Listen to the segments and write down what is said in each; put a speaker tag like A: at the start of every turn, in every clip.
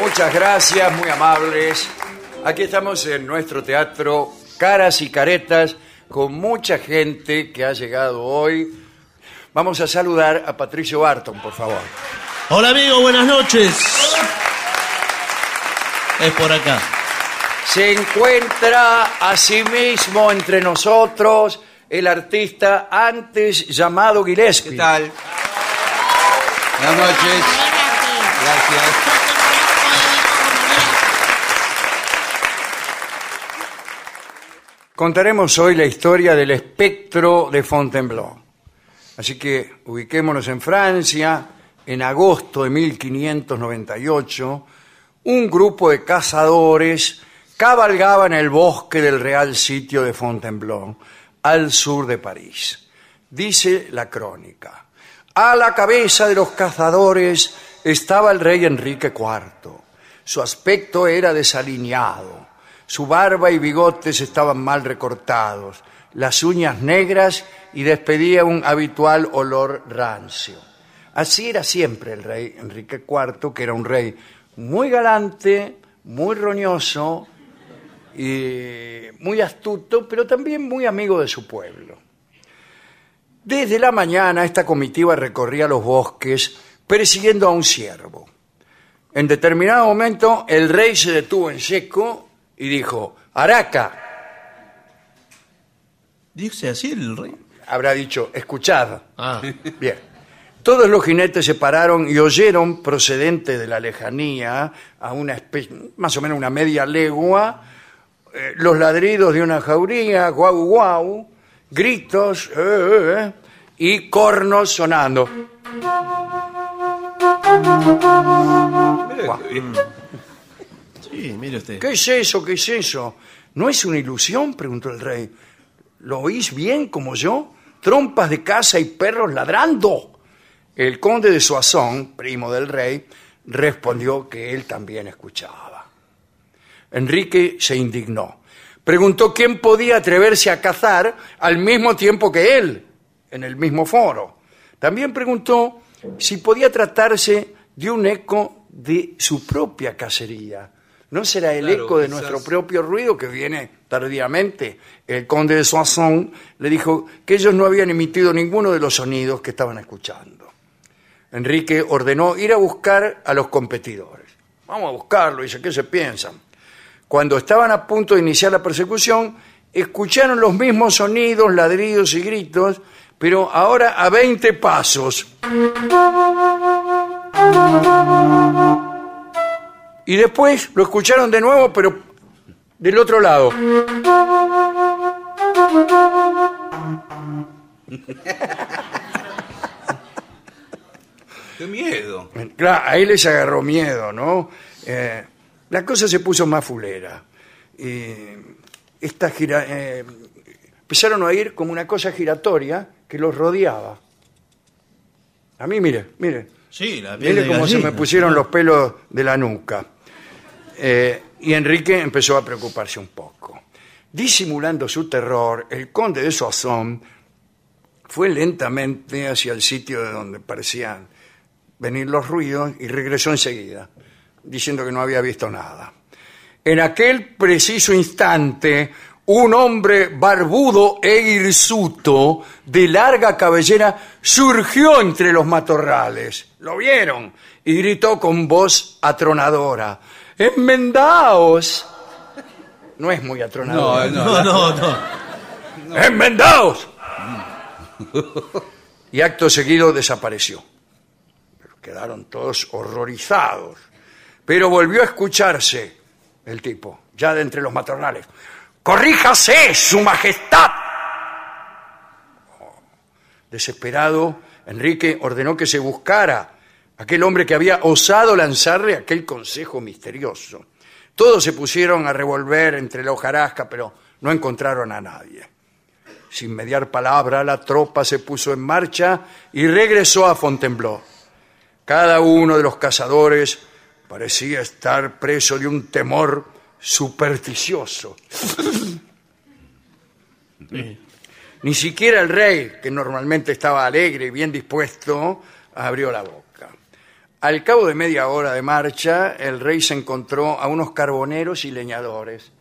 A: muchas gracias, muy amables. Aquí estamos en nuestro teatro Caras y Caretas con mucha gente que ha llegado hoy. Vamos a saludar a Patricio Barton, por favor.
B: Hola amigo, buenas noches. Es por acá.
A: Se encuentra asimismo entre nosotros el artista antes llamado Gillespie.
C: ¿Qué tal? Buenas noches. Gracias.
A: Contaremos hoy la historia del espectro de Fontainebleau. Así que ubiquémonos en Francia, en agosto de 1598, un grupo de cazadores cabalgaba en el bosque del real sitio de Fontainebleau, al sur de París. Dice la crónica, a la cabeza de los cazadores estaba el rey Enrique IV. Su aspecto era desalineado. Su barba y bigotes estaban mal recortados, las uñas negras y despedía un habitual olor rancio. Así era siempre el rey Enrique IV, que era un rey muy galante, muy roñoso y muy astuto, pero también muy amigo de su pueblo. Desde la mañana esta comitiva recorría los bosques persiguiendo a un ciervo. En determinado momento el rey se detuvo en seco y dijo, Araca,
B: ¿Dice así el rey?
A: habrá dicho, escuchad.
B: Ah.
A: Bien. Todos los jinetes se pararon y oyeron, procedente de la lejanía, a una espe- más o menos una media legua, eh, los ladridos de una jauría, guau guau, gritos eh, eh, eh, y cornos sonando. Guau.
B: Sí, mire usted.
A: ¿Qué es eso? ¿Qué es eso? ¿No es una ilusión? preguntó el rey. ¿Lo oís bien como yo? Trompas de caza y perros ladrando. El conde de Soissons, primo del rey, respondió que él también escuchaba. Enrique se indignó. Preguntó quién podía atreverse a cazar al mismo tiempo que él, en el mismo foro. También preguntó si podía tratarse de un eco de su propia cacería, ¿No será el
D: Claro,
A: eco de
D: quizás.
A: nuestro propio ruido que viene tardíamente? El conde de Soissons le dijo que ellos no habían emitido ninguno de los sonidos que estaban escuchando. Enrique ordenó ir a buscar a los competidores. Vamos a buscarlo, dice, ¿qué se piensan? Cuando estaban a punto de iniciar la persecución, escucharon los mismos sonidos, ladridos y gritos, pero ahora a 20 pasos. Y después lo escucharon de nuevo, pero del otro lado.
D: ¡Qué miedo!
A: Claro, ahí les agarró miedo, ¿no? Eh, la cosa se puso más fulera. Y esta gira- eh, empezaron a ir como una cosa giratoria que los rodeaba. A mí, mire, mire.
B: Sí, la piel
A: Mire
B: de
A: cómo se me
B: gallina.
A: pusieron los pelos de la nuca. Eh, y Enrique empezó a preocuparse un poco. Disimulando su terror, el conde de Soissons fue lentamente hacia el sitio de donde parecían venir los ruidos y regresó enseguida, diciendo que no había visto nada. En aquel preciso instante, un hombre barbudo e hirsuto de larga cabellera surgió entre los matorrales. Lo vieron y gritó con voz atronadora: ¡Enmendaos! No es muy atronadora.
B: No, no, no.
A: ¡Enmendaos! Y acto seguido desapareció. Pero quedaron todos horrorizados. Pero volvió a escucharse el tipo, ya de entre los matornales. ¡Corríjase, su majestad! Desesperado, Enrique ordenó que se buscara aquel hombre que había osado lanzarle aquel consejo misterioso. Todos se pusieron a revolver entre la hojarasca, pero no encontraron a nadie. Sin mediar palabra, la tropa se puso en marcha y regresó a Fontainebleau. Cada uno de los cazadores parecía estar preso de un temor supersticioso. Ni siquiera el rey, que normalmente estaba alegre y bien dispuesto, abrió la boca. Al cabo de media hora de marcha, el rey se encontró a unos carboneros y leñadores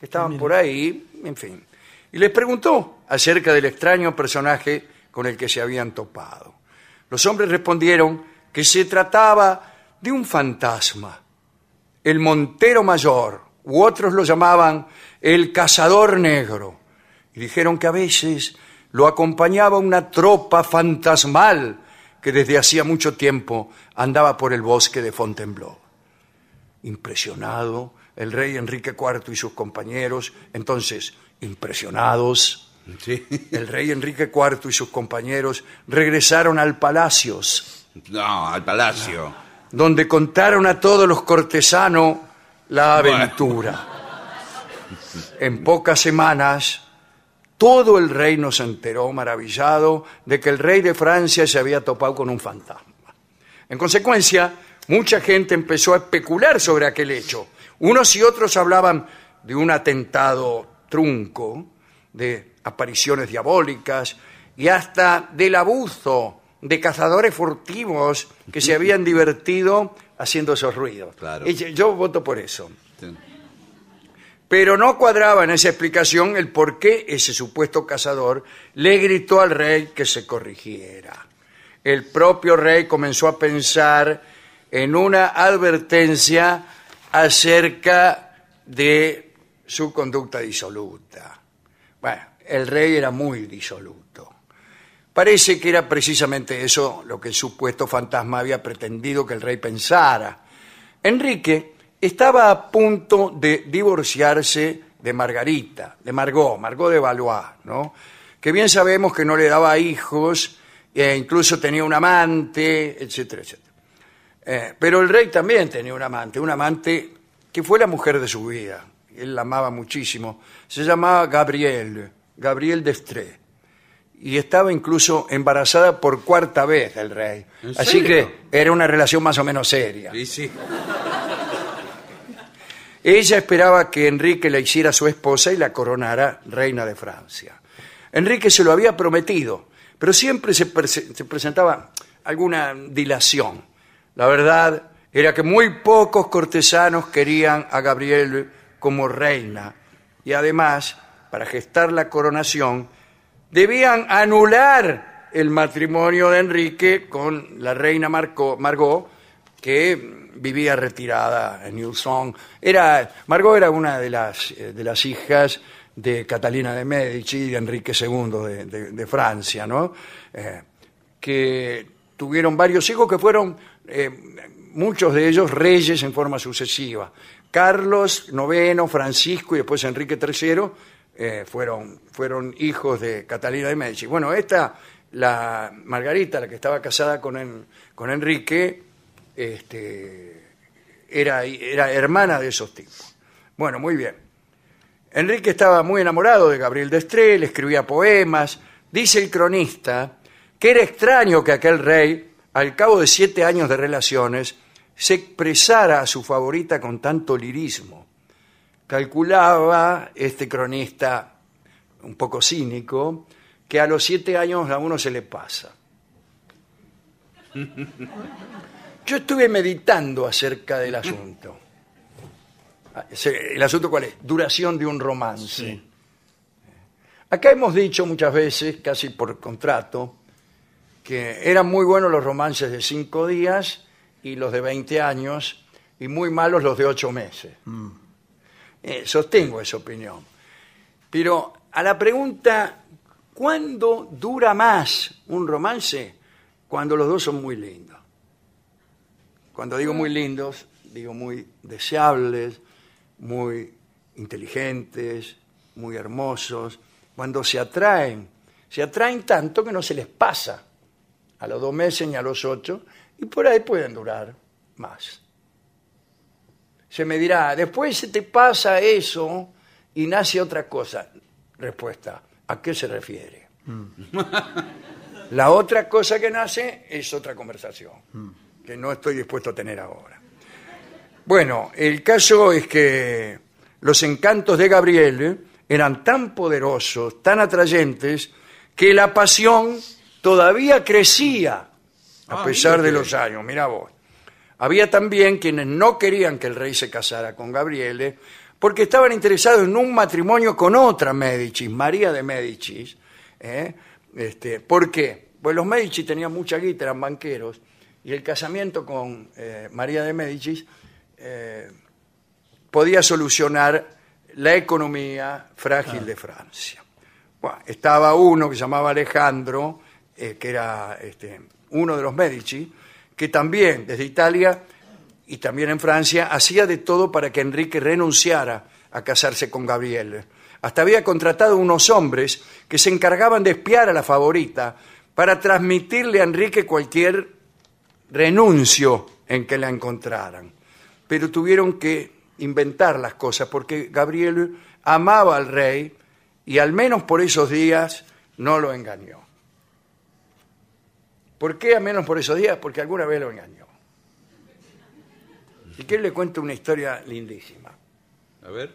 A: que estaban por ahí, en fin, y les preguntó acerca del extraño personaje con el que se habían topado. Los hombres respondieron que se trataba de un fantasma, el Montero Mayor, u otros lo llamaban el Cazador Negro, y dijeron que a veces lo acompañaba una tropa fantasmal que desde hacía mucho tiempo andaba por el bosque de Fontainebleau. Impresionado, el rey Enrique IV y sus compañeros, entonces impresionados,
D: Sí.
A: el rey Enrique IV y sus compañeros regresaron al palacio,
D: No, al palacio.
A: donde contaron a todos los cortesanos la aventura. En pocas semanas, todo el reino se enteró maravillado de que el rey de Francia se había topado con un fantasma. En consecuencia, mucha gente empezó a especular sobre aquel hecho. Unos y otros hablaban de un atentado trunco, de apariciones diabólicas y hasta del abuso de cazadores furtivos que se habían divertido haciendo esos ruidos.
D: Claro.
A: Y yo voto por eso. Pero no cuadraba en esa explicación el por qué ese supuesto cazador le gritó al rey que se corrigiera. El propio rey comenzó a pensar en una advertencia acerca de su conducta disoluta. Bueno, el rey era muy disoluto. Parece que era precisamente eso lo que el supuesto fantasma había pretendido que el rey pensara. Enrique estaba a punto de divorciarse de Margarita, de Margot, Margot de Valois, ¿no? Que bien sabemos que no le daba hijos, e incluso tenía un amante, etcétera, etcétera. Eh, pero el rey también tenía un amante, un amante que fue la mujer de su vida. Él la amaba muchísimo. Se llamaba Gabriel, Gabriel Destré y estaba incluso embarazada por cuarta vez del rey.
D: ¿En
A: Así
D: serio?
A: que era una relación más o menos seria.
D: Y sí.
A: Ella esperaba que Enrique la hiciera su esposa y la coronara reina de Francia. Enrique se lo había prometido, pero siempre se, perse- se presentaba alguna dilación. La verdad era que muy pocos cortesanos querían a Gabriel como reina y además, para gestar la coronación, debían anular el matrimonio de Enrique con la reina Marco- Margot, que vivía retirada en Newsong. Era, Margot era una de las, eh, de las hijas de Catalina de Medici y de Enrique II de, de- de Francia, ¿no? Eh, que tuvieron varios hijos que fueron eh, muchos de ellos reyes en forma sucesiva. Carlos IX, Francisco y después Enrique III eh, fueron, fueron hijos de Catalina de Medici. Bueno, esta, la Margarita, la que estaba casada con, en- con Enrique, este, era, era hermana de esos tipos. Bueno, muy bien. Enrique estaba muy enamorado de Gabriel de Estrel, escribía poemas. Dice el cronista que era extraño que aquel rey, al cabo de siete años de relaciones, se expresara a su favorita con tanto lirismo. Calculaba este cronista un poco cínico que a los siete años a uno se le pasa. Yo estuve meditando acerca del asunto. Ah, se- ¿El asunto cuál es? Duración de un romance. Acá hemos dicho muchas veces, casi por contrato, que eran muy buenos los romances de cinco días y los de 20 años y muy malos los de ocho meses. Eh, sostengo esa opinión. Pero a la pregunta, ¿cuándo dura más un romance? Cuando los dos son muy lindos. Cuando digo muy lindos, digo muy deseables, muy inteligentes, muy hermosos. Cuando se atraen, se atraen tanto que no se les pasa a los dos meses ni a los ocho, y por ahí pueden durar más. Se me dirá, después se te pasa eso y nace otra cosa. Respuesta, ¿a qué se refiere?
B: Mm.
A: La otra cosa que nace es otra conversación,
B: Mm.
A: que no estoy dispuesto a tener ahora. Bueno, el caso es que los encantos de Gabriele eran tan poderosos, tan atrayentes, que la pasión todavía crecía a
B: Ah,
A: pesar
B: mire
A: de
B: qué-
A: los años. Mira vos. Había también quienes no querían que el rey se casara con Gabriele porque estaban interesados en un matrimonio con otra Medici, María de Medici. ¿eh? Este, ¿Por qué? Pues los Medici tenían mucha guita, eran banqueros, y el casamiento con eh, María de Medici eh, podía solucionar la economía frágil de Francia. Bueno, estaba uno que se llamaba Alejandro, eh, que era este, uno de los Medici, que también desde Italia y también en Francia hacía de todo para que Enrique renunciara a casarse con Gabriel. Hasta había contratado unos hombres que se encargaban de espiar a la favorita para transmitirle a Enrique cualquier renuncio en que la encontraran. Pero tuvieron que inventar las cosas porque Gabriel amaba al rey y al menos por esos días no lo engañó. ¿Por qué al menos por esos días? Porque alguna vez lo engañó. Y que le cuento una historia lindísima.
D: A ver.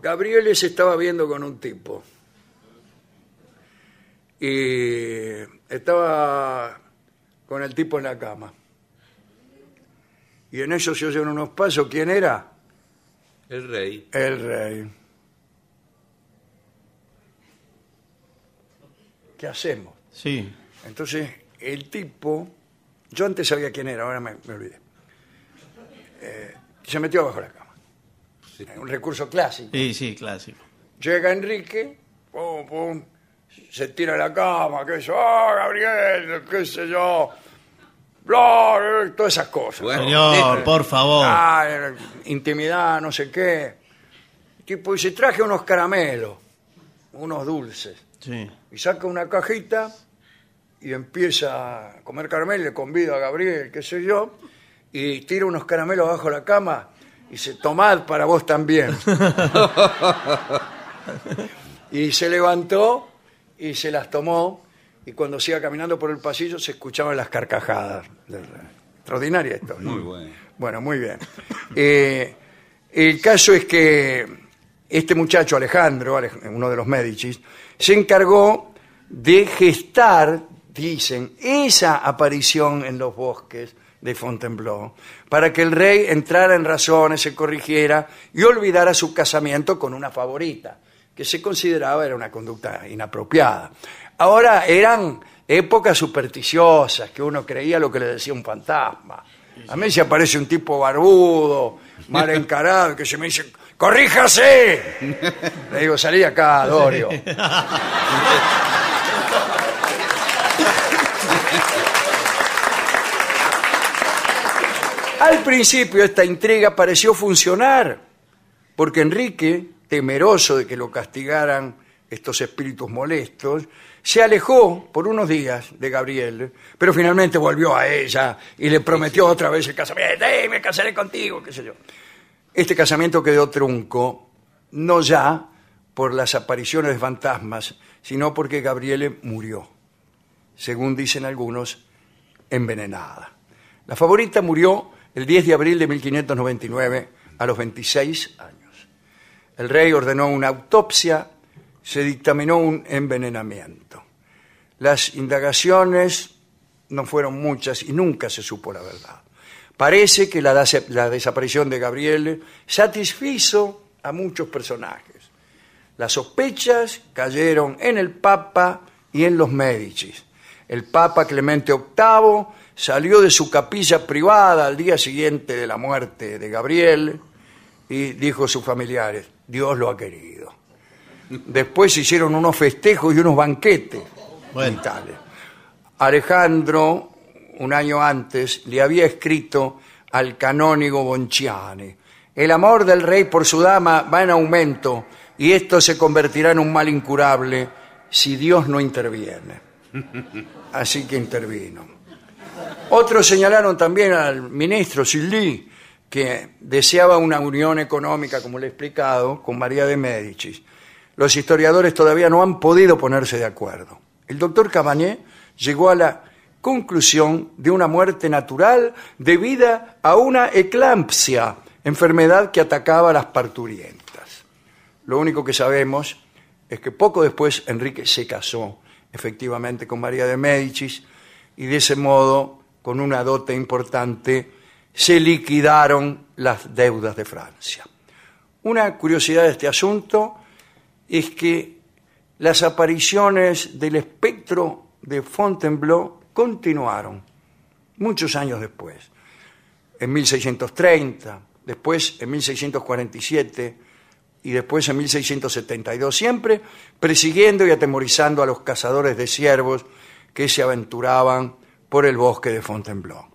A: Gabriel se estaba viendo con un tipo. Y estaba con el tipo en la cama. Y en eso se oyen unos pasos. ¿Quién era?
D: El rey.
A: El rey. ¿Qué hacemos?
B: Sí.
A: Entonces, el tipo, yo antes sabía quién era, ahora me, me olvidé. Eh, se metió abajo de la cama. Un recurso clásico.
B: Sí, sí, clásico.
A: Llega Enrique, pum, pum, se tira a la cama, qué sé yo, "Ah, Gabriel, qué sé yo, bla, bla, bla", todas esas cosas.
D: Bueno,
B: Señor,
D: sí.
B: por favor.
A: Ah, eh, intimidad, no sé qué. Tipo, y se traje unos caramelos, unos dulces,
B: Sí.
A: y saca una cajita y empieza a comer caramelo, le convido a Gabriel, qué sé yo, y tira unos caramelos abajo de la cama y dice, tomad para vos también. y se levantó y se las tomó y cuando se iba caminando por el pasillo se escuchaban las carcajadas. del rey. Extraordinaria esto.
D: Muy bueno.
A: Bueno, muy bien. Eh, el caso es que este muchacho, Alejandro, Alej- uno de los Medicis, se encargó de gestar, dicen, esa aparición en los bosques de Fontainebleau para que el rey entrara en razones, se corrigiera y olvidara su casamiento con una favorita, que se consideraba era una conducta inapropiada. Ahora eran épocas supersticiosas, que uno creía lo que le decía un fantasma. A mí se aparece un tipo barbudo, mal encarado, que se me dice, ¡corríjase! Le digo, salí de acá, Dorio. Al principio esta intriga pareció funcionar, porque Enrique, temeroso de que lo castigaran estos espíritus molestos, se alejó por unos días de Gabriel, pero finalmente volvió a ella y le prometió otra vez el casamiento. ¡Eh, me casaré contigo! qué sé yo. Este casamiento quedó trunco, no ya por las apariciones de fantasmas, sino porque Gabriele murió, según dicen algunos, envenenada. La favorita murió el 10 de abril de 1599, a los 26 años. El rey ordenó una autopsia, se dictaminó un envenenamiento. Las indagaciones no fueron muchas y nunca se supo la verdad. Parece que la, dase- la desaparición de Gabriele satisfizo a muchos personajes. Las sospechas cayeron en el Papa y en los Médicis. El Papa Clemente VIII salió de su capilla privada al día siguiente de la muerte de Gabriel y dijo a sus familiares, Dios lo ha querido. Después se hicieron unos festejos y unos banquetes en
B: Bueno.
A: Italia. Alejandro, un año antes, le había escrito al canónigo Bonciani, el amor del rey por su dama va en aumento y esto se convertirá en un mal incurable si Dios no interviene. Así que intervino. Otros señalaron también al ministro Silly, que deseaba una unión económica, como le he explicado, con María de Médicis. Los historiadores todavía no han podido ponerse de acuerdo. El doctor Cabané llegó a la conclusión de una muerte natural debida a una eclampsia, enfermedad que atacaba a las parturientas. Lo único que sabemos es que poco después Enrique se casó efectivamente con María de Médicis y de ese modo, con una dote importante, se liquidaron las deudas de Francia. Una curiosidad de este asunto es que las apariciones del espectro de Fontainebleau continuaron muchos años después en 1630, después en 1647 y después en 1672, siempre persiguiendo y atemorizando a los cazadores de ciervos que se aventuraban por el bosque de Fontainebleau.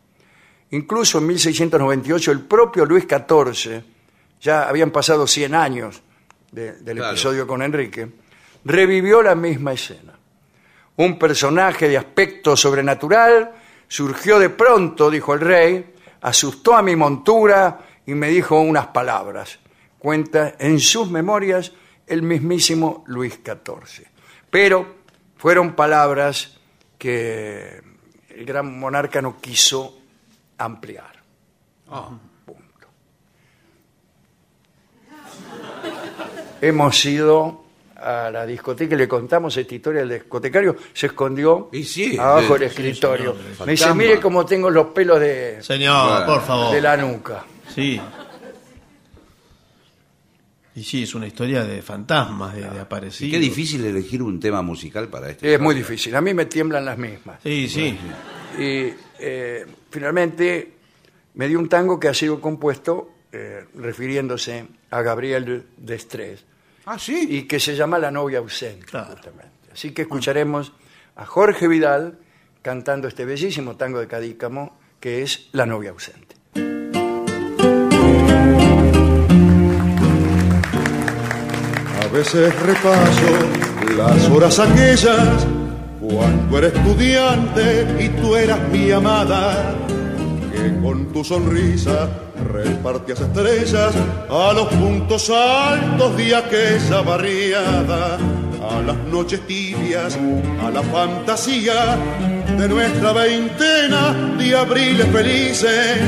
A: Incluso en 1698 el propio Luis XIV, ya habían pasado 100 años de- del
D: Claro.
A: episodio con Enrique, revivió la misma escena. Un personaje de aspecto sobrenatural surgió de pronto, dijo el rey, asustó a mi montura y me dijo unas palabras. Cuenta en sus memorias el mismísimo Luis XIV. Pero fueron palabras que el gran monarca no quiso ampliar. Punto. Hemos ido a la discoteca y le contamos esta historia del discotecario. Se escondió
D: Y sí,
A: abajo del
D: sí,
A: escritorio.
D: señor,
A: Me dice,
D: fantasma.
A: mire cómo tengo los pelos de,
D: Bueno.
B: Señor, por favor.
A: de la nuca.
B: Sí. Y sí, es una historia de fantasmas, de, de aparecidos.
C: Qué difícil elegir un tema musical para este.
A: Es muy difícil. A mí me tiemblan las mismas.
B: Sí, sí.
A: Y eh, finalmente me dio un tango que ha sido compuesto eh, refiriéndose a Gabriel de Estrés
D: Ah, sí.
A: y que se llama La novia ausente,
B: Claro.
A: justamente. Así que escucharemos a Jorge Vidal cantando este bellísimo tango de Cadícamo que es La novia ausente.
E: A veces repaso las horas aquellas cuando era estudiante y tú eras mi amada, que con tu sonrisa repartías estrellas a los puntos altos de aquella barriada, a las noches tibias, a la fantasía de nuestra veintena de abriles felices,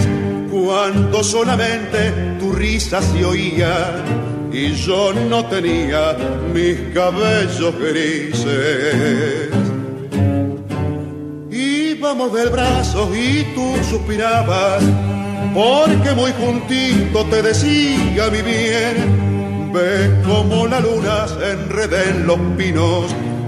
E: cuando solamente tu risa se oía y yo no tenía mis cabellos grises. Y íbamos del brazo y tú suspirabas, porque muy juntito te decía mi bien, ve como la luna se enreda en los pinos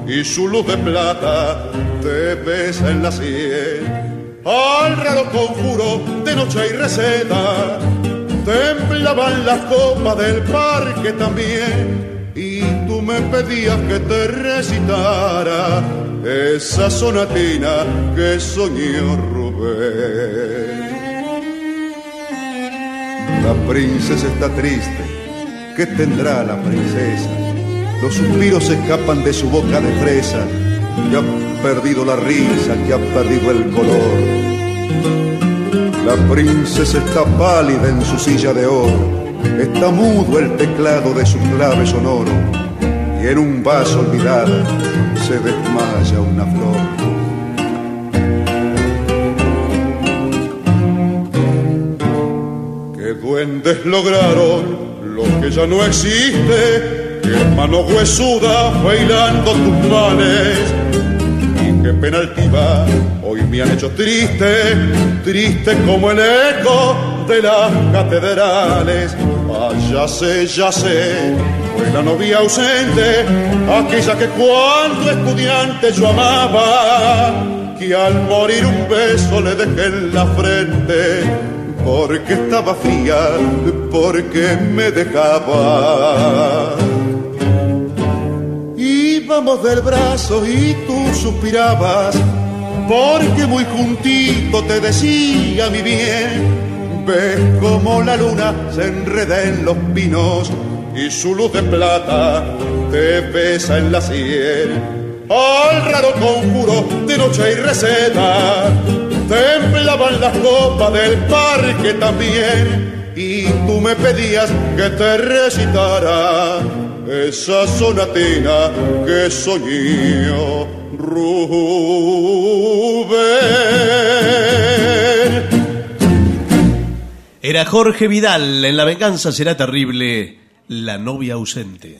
E: y su luz de plata te besa en la sien. Al raro conjuro de noche y receta, temblaban las copas del parque también y tú me pedías que te recitara esa sonatina que soñó Rubén. La princesa está triste, ¿qué tendrá la princesa? Los suspiros escapan de su boca de fresa, que ha perdido la risa, que ha perdido el color. La princesa está pálida en su silla de oro, está mudo el teclado de su clave sonoro, y en un vaso olvidada se desmaya una flor. Que duendes lograron lo que ya no existe, que mano huesuda fue hilando tus males y qué pena altiva hoy me han hecho triste, triste como el eco de las catedrales. Allá sé, ya sé, fue la novia ausente, aquella que cuando estudiante yo amaba, que al morir un beso le dejé en la frente, porque estaba fría, porque me dejaba. Íbamos del brazo y tú suspirabas, porque muy juntito te decía mi bien. Ves como la luna se enreda en los pinos y su luz de plata te besa en la sien. Al raro conjuro de noche y receta, temblaban las copas del parque también. Y tú me pedías que te recitara esa sonatina que soñó Rubén.
B: Era Jorge Vidal. En La venganza será terrible. La novia ausente.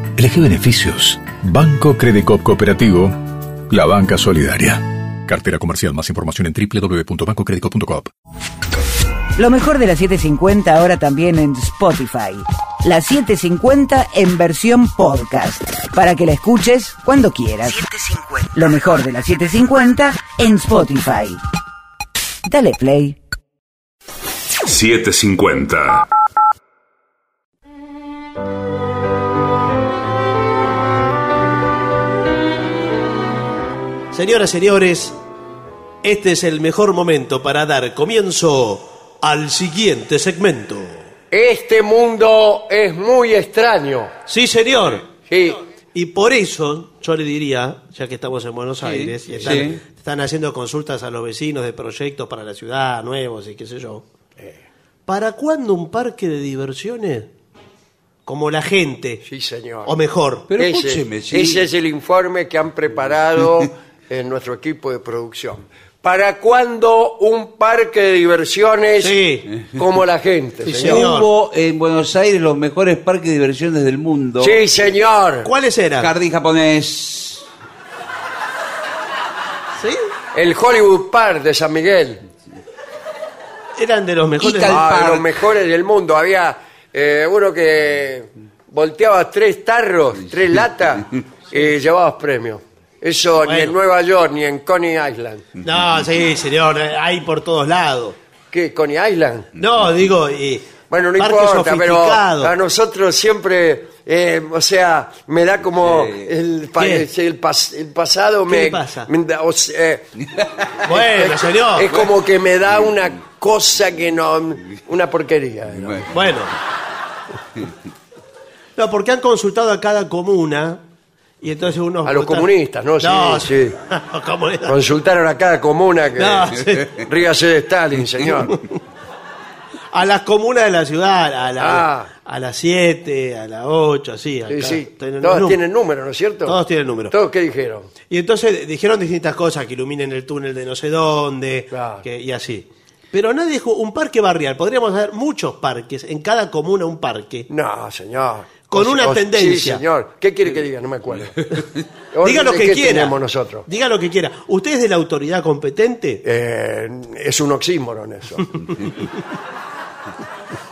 F: elegí beneficios. Banco Credicop Cooperativo, la banca solidaria. Cartera comercial. Más información en www.bancocredico.com.
G: Lo mejor de la 750 ahora también en Spotify. La 750 en versión podcast. Para que la escuches cuando quieras. Lo mejor de la 750 en Spotify. Dale play.
H: 750.
I: Señoras, señores, este es el mejor momento para dar comienzo al siguiente segmento.
A: Este mundo es muy extraño.
I: Sí, señor.
A: Sí.
I: Y por eso yo le diría, ya que estamos en Buenos Aires y están,
D: sí.
I: están haciendo consultas a los vecinos de proyectos para la ciudad, nuevos y qué sé yo. ¿Para cuándo un parque de diversiones? Como la gente.
A: Sí, señor.
I: O mejor.
C: Pero
A: ese,
C: escúcheme, sí.
A: ese es el informe que han preparado en nuestro equipo de producción. ¿Para cuándo un parque de diversiones
I: Sí.
A: como la gente,
I: Sí,
A: señor?
I: señor.
C: Hubo en Buenos Aires los mejores parques de diversiones del mundo.
A: Sí, señor.
I: ¿Cuáles eran?
C: Jardín japonés.
I: ¿Sí?
A: El Hollywood Park de San Miguel.
I: Eran de los mejores.
C: Ical-
A: Ah,
C: Park.
A: los mejores del mundo. Había eh, uno que volteaba tres tarros, tres latas y llevabas premio. Eso ni en
I: Bueno.
A: Nueva York ni en Coney Island.
I: No, sí, señor, eh, hay por todos lados.
A: ¿Qué? ¿Coney Island?
I: No, digo, eh,
A: Bueno, no
I: parque
A: importa, pero Ah,
I: sofisticado.
A: a nosotros siempre, eh, o sea, me da como
I: Sí.
A: el, pa-
I: ¿Qué?
A: el pas- el pasado
I: ¿Qué
A: me,
I: le pasa? Eh,
A: me da- o sea, eh,
I: Bueno, señor.
A: es como que me da una cosa que no, una porquería. ¿no?
I: Bueno. No, porque han consultado a cada comuna y entonces unos...
A: A los
I: votan-
A: comunistas, ¿no? Sí, sí.
I: Los comunistas.
A: Consultaron a cada comuna que
I: No, sí.
A: ríase de Stalin, señor.
I: A las comunas de la ciudad, a la
A: Ah.
I: a las 7, a las 8, así.
A: Sí,
I: acá.
A: sí.
I: Tienen
A: Todos
I: los
A: tienen
I: números.
A: número, ¿no es cierto?
I: Todos tienen número.
A: ¿Todos qué dijeron?
I: Y entonces dijeron distintas cosas, que iluminen el túnel de no sé dónde,
A: Claro.
I: que- y así. Pero nadie dijo un parque barrial. Podríamos hacer muchos parques, en cada comuna un parque.
A: No, señor.
I: Con una
A: Sí,
I: tendencia.
A: señor. ¿Qué quiere que diga? No me acuerdo. Orden
I: Diga lo
A: de
I: que
A: qué
I: quiera.
A: tenemos nosotros.
I: Diga lo que quiera. ¿Usted es de la autoridad competente?
A: Eh, es un oxímoron eso.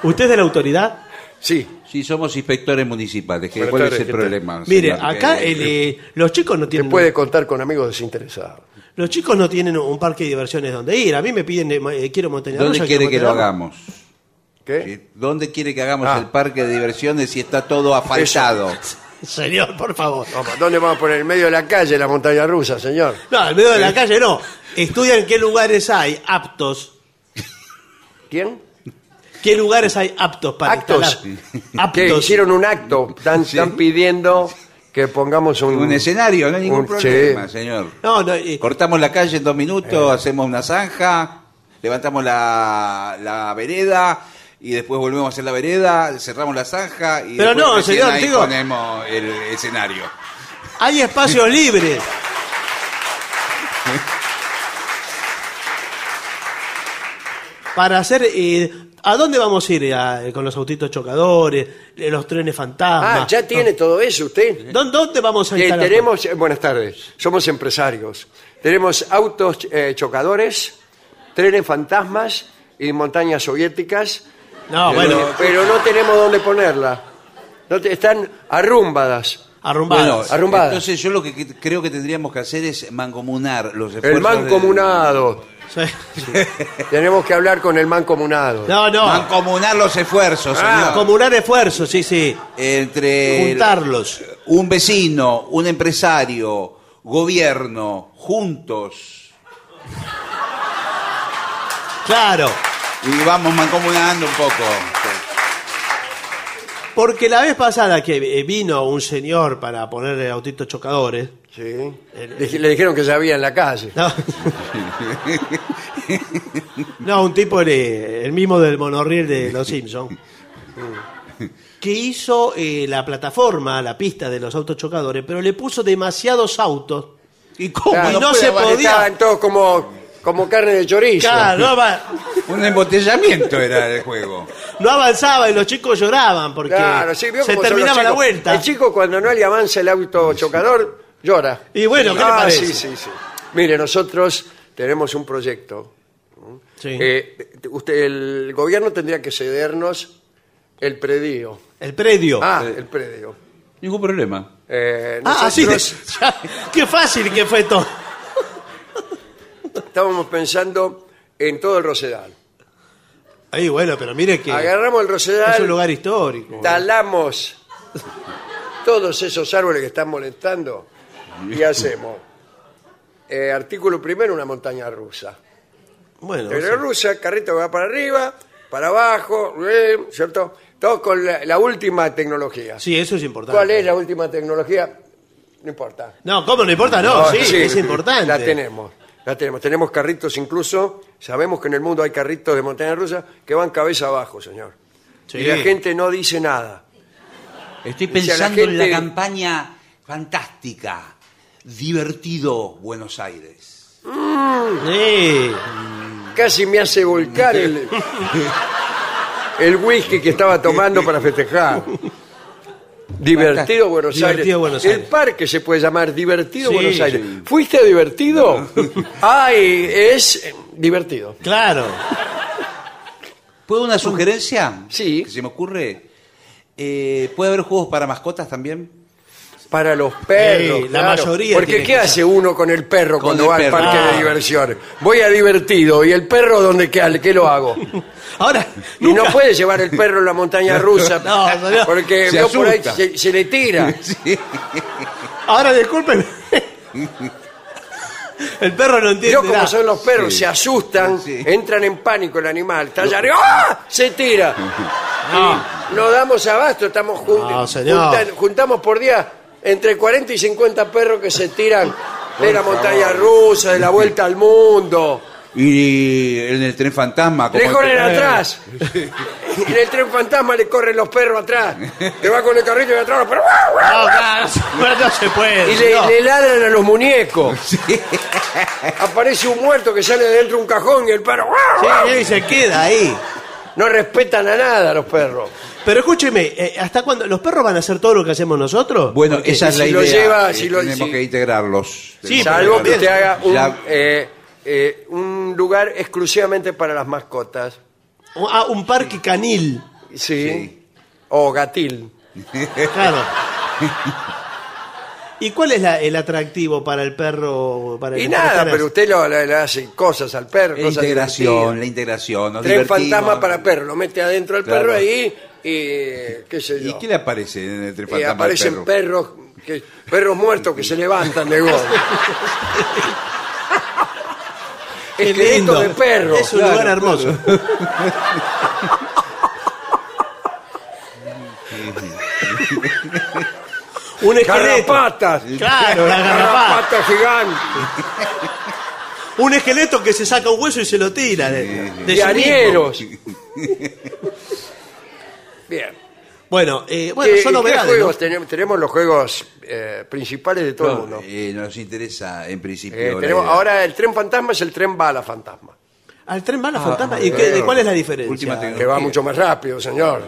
I: ¿Usted es de la autoridad?
A: Sí.
C: Sí, somos inspectores municipales. que-
D: Pero
C: ¿Cuál
D: está
C: es el
D: registrado.
C: problema?
I: Mire,
C: señor?
I: acá
C: Que-
I: el, eh, los chicos no
A: Te
I: tienen
A: puede contar con amigos desinteresados.
I: los chicos no tienen un parque de diversiones donde ir. A mí me piden eh, eh, quiero montaña
C: ¿Dónde
I: rusa,
C: quiere
I: quiero
C: que lo
I: montaña
C: hagamos?
A: ¿Qué?
C: ¿Sí? ¿Dónde quiere que hagamos
A: Ah.
C: el parque de diversiones si está todo asfaltado?
I: rusa. Señor, por favor.
A: Vamos, ¿Dónde vamos a poner? En medio de la calle, la montaña rusa, señor.
I: No, al medio de la calle no. Estudian qué lugares hay aptos.
A: ¿Quién?
I: ¿Qué lugares hay aptos para
A: Actos.
I: instalar?
A: Que
I: Aptos.
A: hicieron un acto. Están, están pidiendo que pongamos un...
C: Un escenario, no hay ningún
A: un- sí.
C: problema, señor.
I: No, no, eh,
C: Cortamos la calle en dos minutos, hacemos una zanja, levantamos la, la vereda y después volvemos a hacer la vereda, cerramos la zanja y
I: Pero
C: después
I: no,
C: recién
I: señor,
C: ahí
I: digo-
C: ponemos el escenario.
I: hay espacios libres. Para hacer. eh, ¿A dónde vamos a ir? eh, a- eh, con los autitos chocadores, eh, los trenes fantasmas.
A: Ah, ya tiene todo eso usted.
I: ¿Dó- ¿Dónde vamos a
A: Eh,
I: instalar?
A: tenemos, eh, buenas tardes, somos empresarios. Tenemos autos eh, chocadores, trenes fantasmas y montañas soviéticas,
I: No,
A: pero,
I: bueno,
A: pero no tenemos dónde ponerla. No te- están arrumbadas.
I: arrumbados.
A: Bueno, Arrumbada.
C: Entonces yo lo que que- creo que tendríamos que hacer es mancomunar los esfuerzos.
A: El mancomunado. Tenemos que hablar con el mancomunado.
I: No,
C: de-
I: no.
C: Mancomunar los esfuerzos,
I: Ah,
C: señor.
I: comunar esfuerzos, sí, sí.
C: Entre
A: Eh,
C: el-
I: Juntarlos.
C: un vecino, un empresario, gobierno, juntos.
I: Claro.
C: Y vamos mancomunando un poco.
I: Porque la vez pasada que eh, vino un señor para poner eh, autitos chocadores.
A: Sí.
I: Eh,
A: Dij- Le dijeron que ya había en la calle.
I: No, No, un tipo, el, eh, el mismo del monorriel de Los Simpsons. Que hizo eh, la plataforma, la pista de los autos chocadores, pero le puso demasiados autos. ¿Y cómo?
A: Claro,
I: y no se
A: estaban-
I: podía.
A: Estaban todos como, como carne de chorizo.
I: Claro, no, va-
C: Un embotellamiento era el juego.
I: no avanzaba y los chicos lloraban porque
A: Claro, sí, vio
I: se
A: cómo son los
I: terminaba la
A: chicos.
I: vuelta.
A: El chico cuando no le avanza el auto chocador, llora.
I: Y bueno, ¿qué le
A: Ah,
I: parece?
A: Sí, sí, sí. Mire, nosotros tenemos un proyecto.
I: Sí.
A: Eh, usted, el gobierno tendría que cedernos el predio.
I: el predio.
A: Ah, el predio.
C: Ningún problema.
A: Eh,
I: Ah, así de-
A: nosotros
I: ya, Qué fácil que fue todo.
A: estábamos pensando en todo el Rosedal.
I: Ahí, bueno, pero mire que
A: Agarramos el Rosedal,
I: es un lugar histórico.
A: talamos todos esos árboles que están molestando y hacemos. eh, artículo primero, una montaña rusa.
I: Bueno,
A: Pero rusa, el carrito que va para arriba, para abajo, eh, ¿cierto? Todo con la, la última tecnología.
I: sí, eso es importante.
A: ¿Cuál es la última tecnología? No importa.
I: No, ¿cómo no importa? No,
A: Ah,
I: sí, es importante.
A: La tenemos, la tenemos. Tenemos carritos incluso, sabemos que en el mundo hay carritos de montaña rusa que van cabeza abajo, señor.
I: Sí.
A: Y la gente no dice nada.
C: Estoy
A: O sea, la
C: pensando en la
A: gente-
C: campaña fantástica, divertido Buenos Aires.
I: Sí.
A: Casi me hace volcar el, el whisky que estaba tomando para festejar. Divertido Buenos
I: Divertido
A: Aires.
I: Buenos
A: El
I: Aires.
A: parque se puede llamar Divertido
I: Sí,
A: Buenos Aires.
I: sí.
A: ¿Fuiste divertido? Ay, es eh, divertido.
I: Claro.
C: ¿Puedo una sugerencia?
A: Sí.
C: Que se me ocurre. Eh, ¿Puede haber juegos para mascotas también?
A: Para los perros.
I: Sí, la
A: claro.
I: mayoría
A: Porque
I: tiene
A: ¿qué
I: que
A: hace uno con el perro
C: Con
A: cuando
C: el
A: va
C: perro.
A: al parque
C: Ah.
A: de diversión? Voy a divertido. ¿Y el perro dónde queda? ¿Qué lo hago?
I: Ahora,
A: Y no puede llevar el perro en la montaña rusa.
I: No, señor.
A: Porque
C: Se
A: veo por ahí
C: asusta.
A: se, se le tira.
I: ahora disculpen. El perro no entiende
A: Yo como
I: nada.
A: son los perros, se asustan,
C: Sí.
A: entran en pánico el animal, tallan y ¡ah! se tira. No. no damos abasto, estamos jun-
I: No, señor.
A: juntan- juntamos por día entre 40 y 50 perros que se tiran de la montaña rusa, de la vuelta al mundo.
C: Y en el tren fantasma. como
A: Le
C: el-
A: corren atrás. En el tren fantasma le corren los perros atrás. Que va con el carrito y va atrás. los perros, ¡guau, guau!
I: No, claro, no se puede.
A: Y le,
I: no.
A: le ladran a los muñecos. Aparece un muerto que sale de dentro de un cajón y el perro. ¡ah! ¡guau, guau!
I: Sí, y se queda ahí.
A: No respetan a nada los perros.
I: Pero escúcheme, eh, ¿hasta cuándo? ¿Los perros van a hacer todo lo que hacemos nosotros?
C: Bueno,
A: Porque
C: esa es
A: si
C: la
A: lo
C: idea.
A: lleva-
C: Eh,
A: si lo-
C: Tenemos
A: si-
C: que integrarlos.
I: Sí,
A: Salvo
I: pero
A: que
I: bien.
A: te haga un,
C: La-
A: eh, eh, un lugar exclusivamente para las mascotas.
I: Un- Ah, un parque canil.
A: Sí. O gatil.
I: Claro. ¿Y cuál es la- el atractivo para el perro? Para el
A: Y nada,
I: para-
A: pero usted lo- le, le hace cosas al perro.
C: La
A: cosas divertidas.
C: integración, la integración. nos
A: Tren
C: divertimos.
A: fantasma para perro. Lo mete adentro del
C: Claro.
A: perro ahí y qué sé yo.
C: ¿Y qué le aparece en el tren
A: Y
C: fantasma? al
A: Eh, aparecen
C: perro?
A: perros, que, perros muertos que se levantan de gol.
I: Qué
A: Esqueleto
I: lindo.
A: de perro.
I: Es un
A: claro.
I: lugar hermoso. un esqueleto.
A: Garrapatas.
I: Claro, la garrapata.
A: Garrapatas gigantes.
I: Un esqueleto que se saca un hueso y se lo tira. De, de
A: De
I: sí mismo.
A: añeros. Bien.
I: Bueno, eh, bueno
A: ¿Qué-
I: son
A: ¿Qué
I: novedades.
A: juegos
I: ¿no?
A: tenemos? Tenemos los juegos eh, principales de todo el mundo.
C: No, eh, nos interesa en principio.
A: Eh,
C: la
A: tenemos-
C: idea.
A: ahora el tren fantasma es el tren bala fantasma.
I: Al tren van los fantasmas. ¿Y qué- de cuál es la diferencia?
C: Última tecnología.
A: Que va mucho más rápido, señor.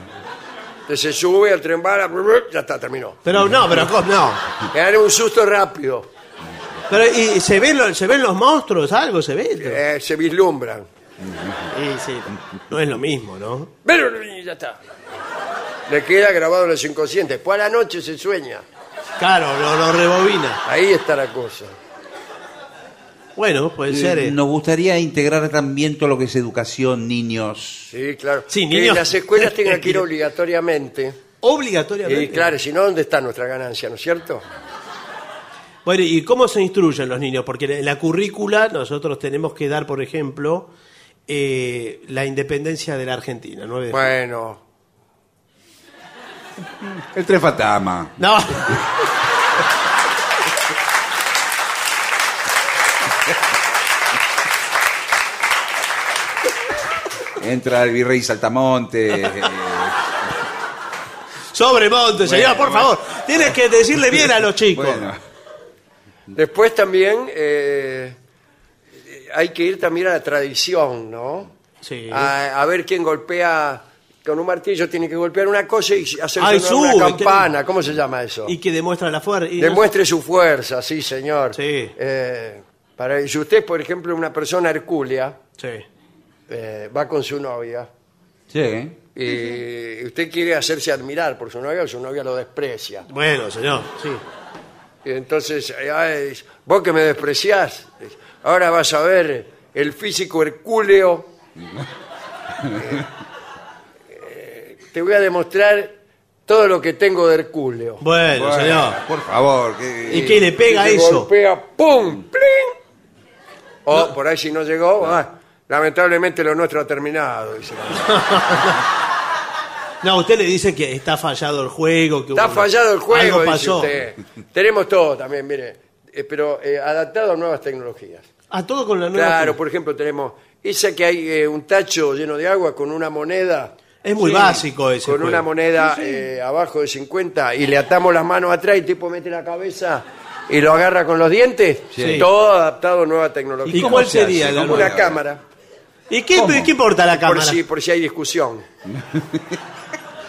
A: Usted se sube al tren bala, ya está, terminó.
I: Pero no, pero ¿cómo? no.
A: Le dan un susto rápido.
I: Pero ¿y se ven, los, se ven los monstruos, algo se ve.
A: Eh, se vislumbran.
I: Sí, sí. No es lo mismo, ¿no?
A: Pero y ya está. Le queda grabado en los inconscientes. Después a la noche se sueña.
I: Claro, lo, lo rebobina.
A: Ahí está la cosa.
I: Bueno, puede ser. eh.
C: Nos gustaría integrar también todo lo que es educación, niños.
A: Sí, claro.
I: Sí,
A: que
I: niños.
A: las escuelas tengan que ir obligatoriamente.
I: Obligatoriamente.
A: Y claro, si no, ¿dónde está nuestra ganancia, no es cierto?
I: Bueno, ¿y cómo se instruyen los niños? Porque en la currícula nosotros tenemos que dar, por ejemplo, eh, la independencia de la Argentina. nueve de julio.
A: Bueno,
C: El tren fantasma.
I: No.
C: Entra el virrey Saltamonte. eh,
I: Sobre monte, señor, por favor. Tienes que decirle bien a los chicos.
C: bueno,
A: después también eh, hay que ir también a la tradición, ¿no?
I: Sí.
A: A, a ver quién golpea con un martillo, tiene que golpear una cosa y hacer
I: Ay,
A: sonar una
I: sube, que-
A: campana. ¿Cómo se llama eso?
I: Y que demuestra la fuerza. y no-
A: Demuestre su fuerza, sí, señor.
I: Sí.
A: Eh, para, si usted, por ejemplo, es una persona hercúlea,
I: Sí.
A: eh, va con su novia
C: sí, ¿eh?
A: y Eh, usted quiere hacerse admirar por su novia o su novia lo desprecia.
I: Bueno, señor, sí.
A: Y entonces, eh, ay, vos que me despreciás, ahora vas a ver el físico hercúleo. Eh, eh, te voy a demostrar todo lo que tengo de hercúleo.
I: Bueno,
C: Bueno,
I: señor.
C: Por favor. que-
I: ¿Y qué le pega
A: Y te
I: eso?
A: Golpea, ¡pum! ¡Pling! O por ahí si no llegó, ah, lamentablemente lo nuestro ha terminado. dice.
I: No, usted le dice que está fallado el juego. Que
A: Está
I: hubo-
A: fallado el juego,
I: Algo
A: dice
I: pasó.
A: usted. Tenemos todo también, mire, eh, pero eh, adaptado a nuevas tecnologías.
I: Ah, todo con la nueva.
A: Claro, por ejemplo, tenemos esa que hay eh, un tacho lleno de agua con una moneda.
I: Es muy básico ese
A: Con
I: juego.
A: una moneda eh, abajo de 50 y le atamos las manos atrás y el tipo mete la cabeza y lo agarra con los dientes.
I: Sí.
A: Todo adaptado a nueva tecnología.
I: ¿Y cuál sería la
A: Como una
I: nueva?
A: cámara.
I: ¿Y qué, qué importa la
A: Por
I: cámara?
A: si, por si hay discusión.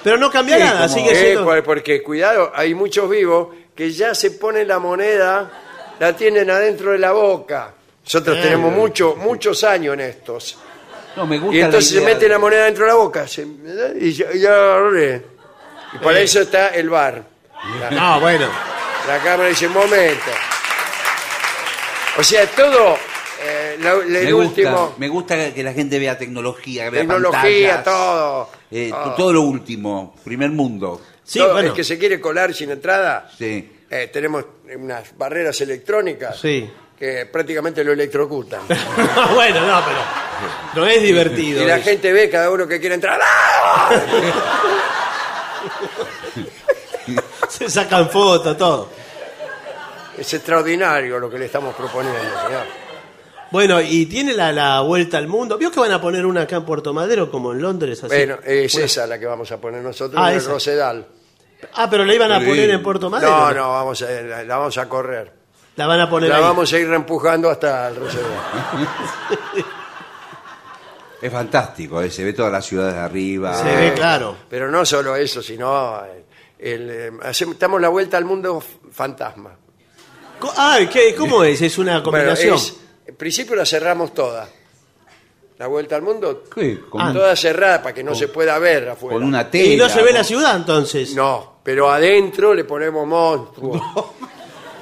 I: Pero no cambia
C: Sí,
I: nada,
C: como-
I: sigue
A: Eh,
I: siendo.
A: por- porque cuidado, hay muchos vivos que ya se ponen la moneda, la tienen adentro de la boca. Nosotros
I: Eh.
A: tenemos mucho, muchos años en estos.
C: No, me gusta
A: Y entonces
C: la
A: se
C: idea
A: mete la
C: de-
A: moneda dentro de la boca. se-
C: Eh.
A: y ya, ya agarré. Y para eso está el bar.
I: No, bueno.
A: La cámara dice, un momento. O sea, todo eh, lo- el
C: me,
A: último,
C: gusta, me gusta que la gente vea tecnología, que vea
A: tecnología,
C: pantallas,
A: todo.
C: eh,
A: todo.
C: Todo lo último, primer mundo.
A: Todo El que se quiere colar sin entrada,
C: Sí.
A: eh, tenemos unas barreras electrónicas
I: Sí.
A: que prácticamente lo electrocutan.
I: bueno, no, pero no es divertido.
A: Y la
I: eso.
A: gente ve cada uno que quiere entrar. ¡Ah!
I: Se sacan fotos, todo.
A: Es extraordinario lo que le estamos proponiendo, señor.
I: Bueno, y tiene la, la vuelta al mundo. ¿Vio que van a poner una acá en Puerto Madero como en Londres? Así?
A: Bueno, eh, es
I: Una-
A: esa la que vamos a poner nosotros
I: Ah,
A: en el
I: esa.
A: Rosedal.
I: Ah, pero la iban a poner en Puerto Madero.
A: No, no, vamos a, la, la vamos a correr.
I: La van a poner
A: La
I: ahí.
A: vamos a ir reempujando hasta el Rosedal.
C: Es fantástico, eh, se ve toda la ciudad de arriba.
I: Se ve claro.
A: Pero no solo eso, sino eh, el, eh, hacemos- damos la vuelta al mundo f- fantasma.
I: Co- Ah, ¿qué? ¿cómo es? Es una
A: Bueno,
I: combinación.
A: es- en principio la cerramos toda. La vuelta al mundo,
C: Sí, con,
I: Ah,
A: toda cerrada para que no se pueda ver afuera.
C: con una tela.
I: y no se ve la
C: con-
I: ciudad entonces.
A: No, pero adentro le ponemos monstruos.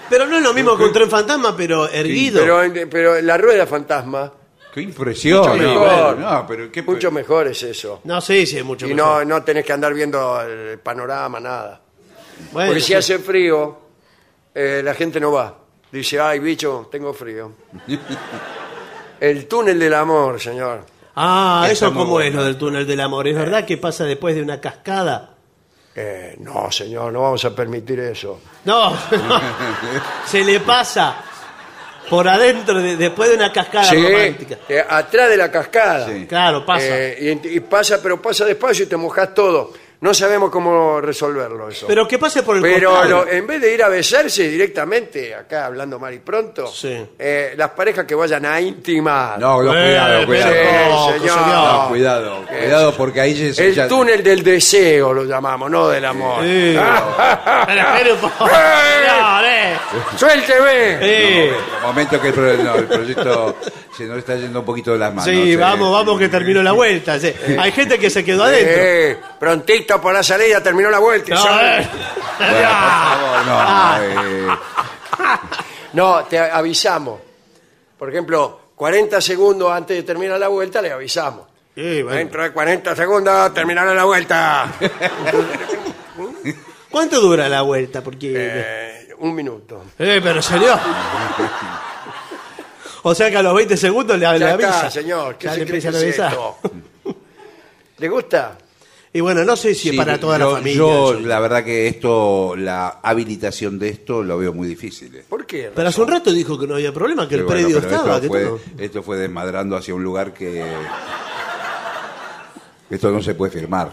I: Pero no es lo mismo que un tren fantasma, pero erguido.
A: Pero, en- pero la rueda fantasma,
C: ¡Qué impresión!
A: mucho
C: No,
A: mejor.
C: bueno, no, pero qué-
A: mucho mejor es eso.
I: No sé si es mucho
A: y
I: mejor.
A: no, no tenés que andar viendo el panorama, nada.
I: Bueno,
A: Porque si
I: sí.
A: hace frío, eh, la gente no va. Dice, ay, bicho, tengo frío. El túnel del amor, señor.
I: Ah,
C: Está
I: eso
C: muy
I: como
C: bueno.
I: es lo del túnel del amor. ¿Es verdad que pasa después de una cascada?
A: Eh, no, señor, no vamos a permitir eso.
I: No, se le pasa por adentro de- después de una cascada
A: Sí,
I: romántica.
A: eh, atrás de la cascada.
C: Sí.
I: Claro, pasa.
A: Eh, y, y pasa, pero pasa despacio y te mojas todo. No sabemos cómo resolverlo eso.
I: Pero que pase por el
A: Pero
I: costado.
A: lo- en vez de ir a besarse directamente, acá hablando mal y pronto,
I: Sí.
A: eh, las parejas que vayan a intimar.
C: No, no,
I: Eh,
C: cuidado, cuidado.
I: pero-
C: No,
I: no,
C: no,
I: señor.
C: cuidado, cuidado, porque ahí ya-
A: El
C: ya-
A: túnel del deseo lo llamamos, no del amor.
I: Sí. Pero, espere un poco. Señor, eh.
A: ¡Suélteme!
I: Eh,
C: Momento que el, pro- no, el proyecto se nos está yendo un poquito de las
A: Ah,
C: manos.
I: sí,
C: eh.
I: vamos, vamos que terminó la vuelta. sí. Hay gente que se quedó adentro.
A: Eh, prontito por la salida, terminó la vuelta. y
I: No,
A: sale.
I: eh.
C: Bueno, por favor, no,
I: Ah.
C: eh,
A: No, te avisamos. Por ejemplo, 40 segundos antes de terminar la vuelta le avisamos.
I: Eh, bueno.
A: Dentro de 40 segundos terminará la vuelta.
I: ¿Cuánto dura la vuelta? Porque
A: Eh, un minuto.
I: Eh, pero señor. O sea que a los 20 segundos le, le
A: Ya
I: avisa.
A: está, señor. ¿Qué
I: Ya
A: se
I: le
A: cree que
I: empiezan a
A: es
I: avisar.
A: esto? ¿Le gusta?
I: Y bueno, no sé si es
C: sí,
I: para toda
C: yo-
I: la familia.
C: Yo,
I: eso.
C: la verdad que esto, la habilitación de esto, lo veo muy difícil. eh.
A: ¿Por qué?
I: Pero hace un rato dijo que no había problema, que el
C: Pero bueno,
I: predio
C: pero
I: estaba.
C: Esto
I: que
C: fue,
I: todo.
C: esto fue desmadrando hacia un lugar que. Esto no se puede firmar.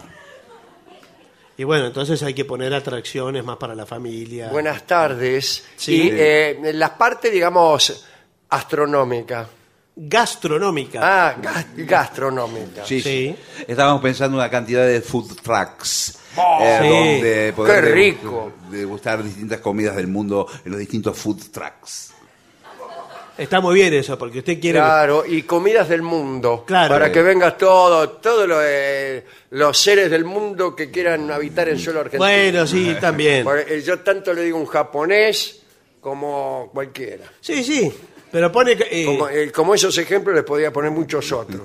I: Y bueno, entonces hay que poner atracciones más para la familia.
A: Buenas tardes.
I: Sí.
A: Y eh, la parte, digamos, astronómica.
I: Gastronómica.
A: Ah, gas- gastronómica.
C: Sí, sí.
I: Sí.
C: Estábamos pensando en una cantidad de food trucks. eh,
I: Sí.
C: donde poder
A: Oh, Qué
C: degus-
A: rico.
C: Degustar distintas comidas del mundo en los distintos food trucks.
I: Está muy bien eso, porque usted quiere.
A: Claro, y comidas del mundo.
I: Claro.
A: Para
I: Sí.
A: que vengas todo, todos los, eh, los seres del mundo que quieran habitar el suelo argentino.
I: Bueno, sí, también.
A: Por- eh, Yo tanto le digo un japonés como cualquiera.
I: Sí, sí. Pero pone. que, eh,
A: Como, eh, como esos ejemplos les podía poner muchos otros.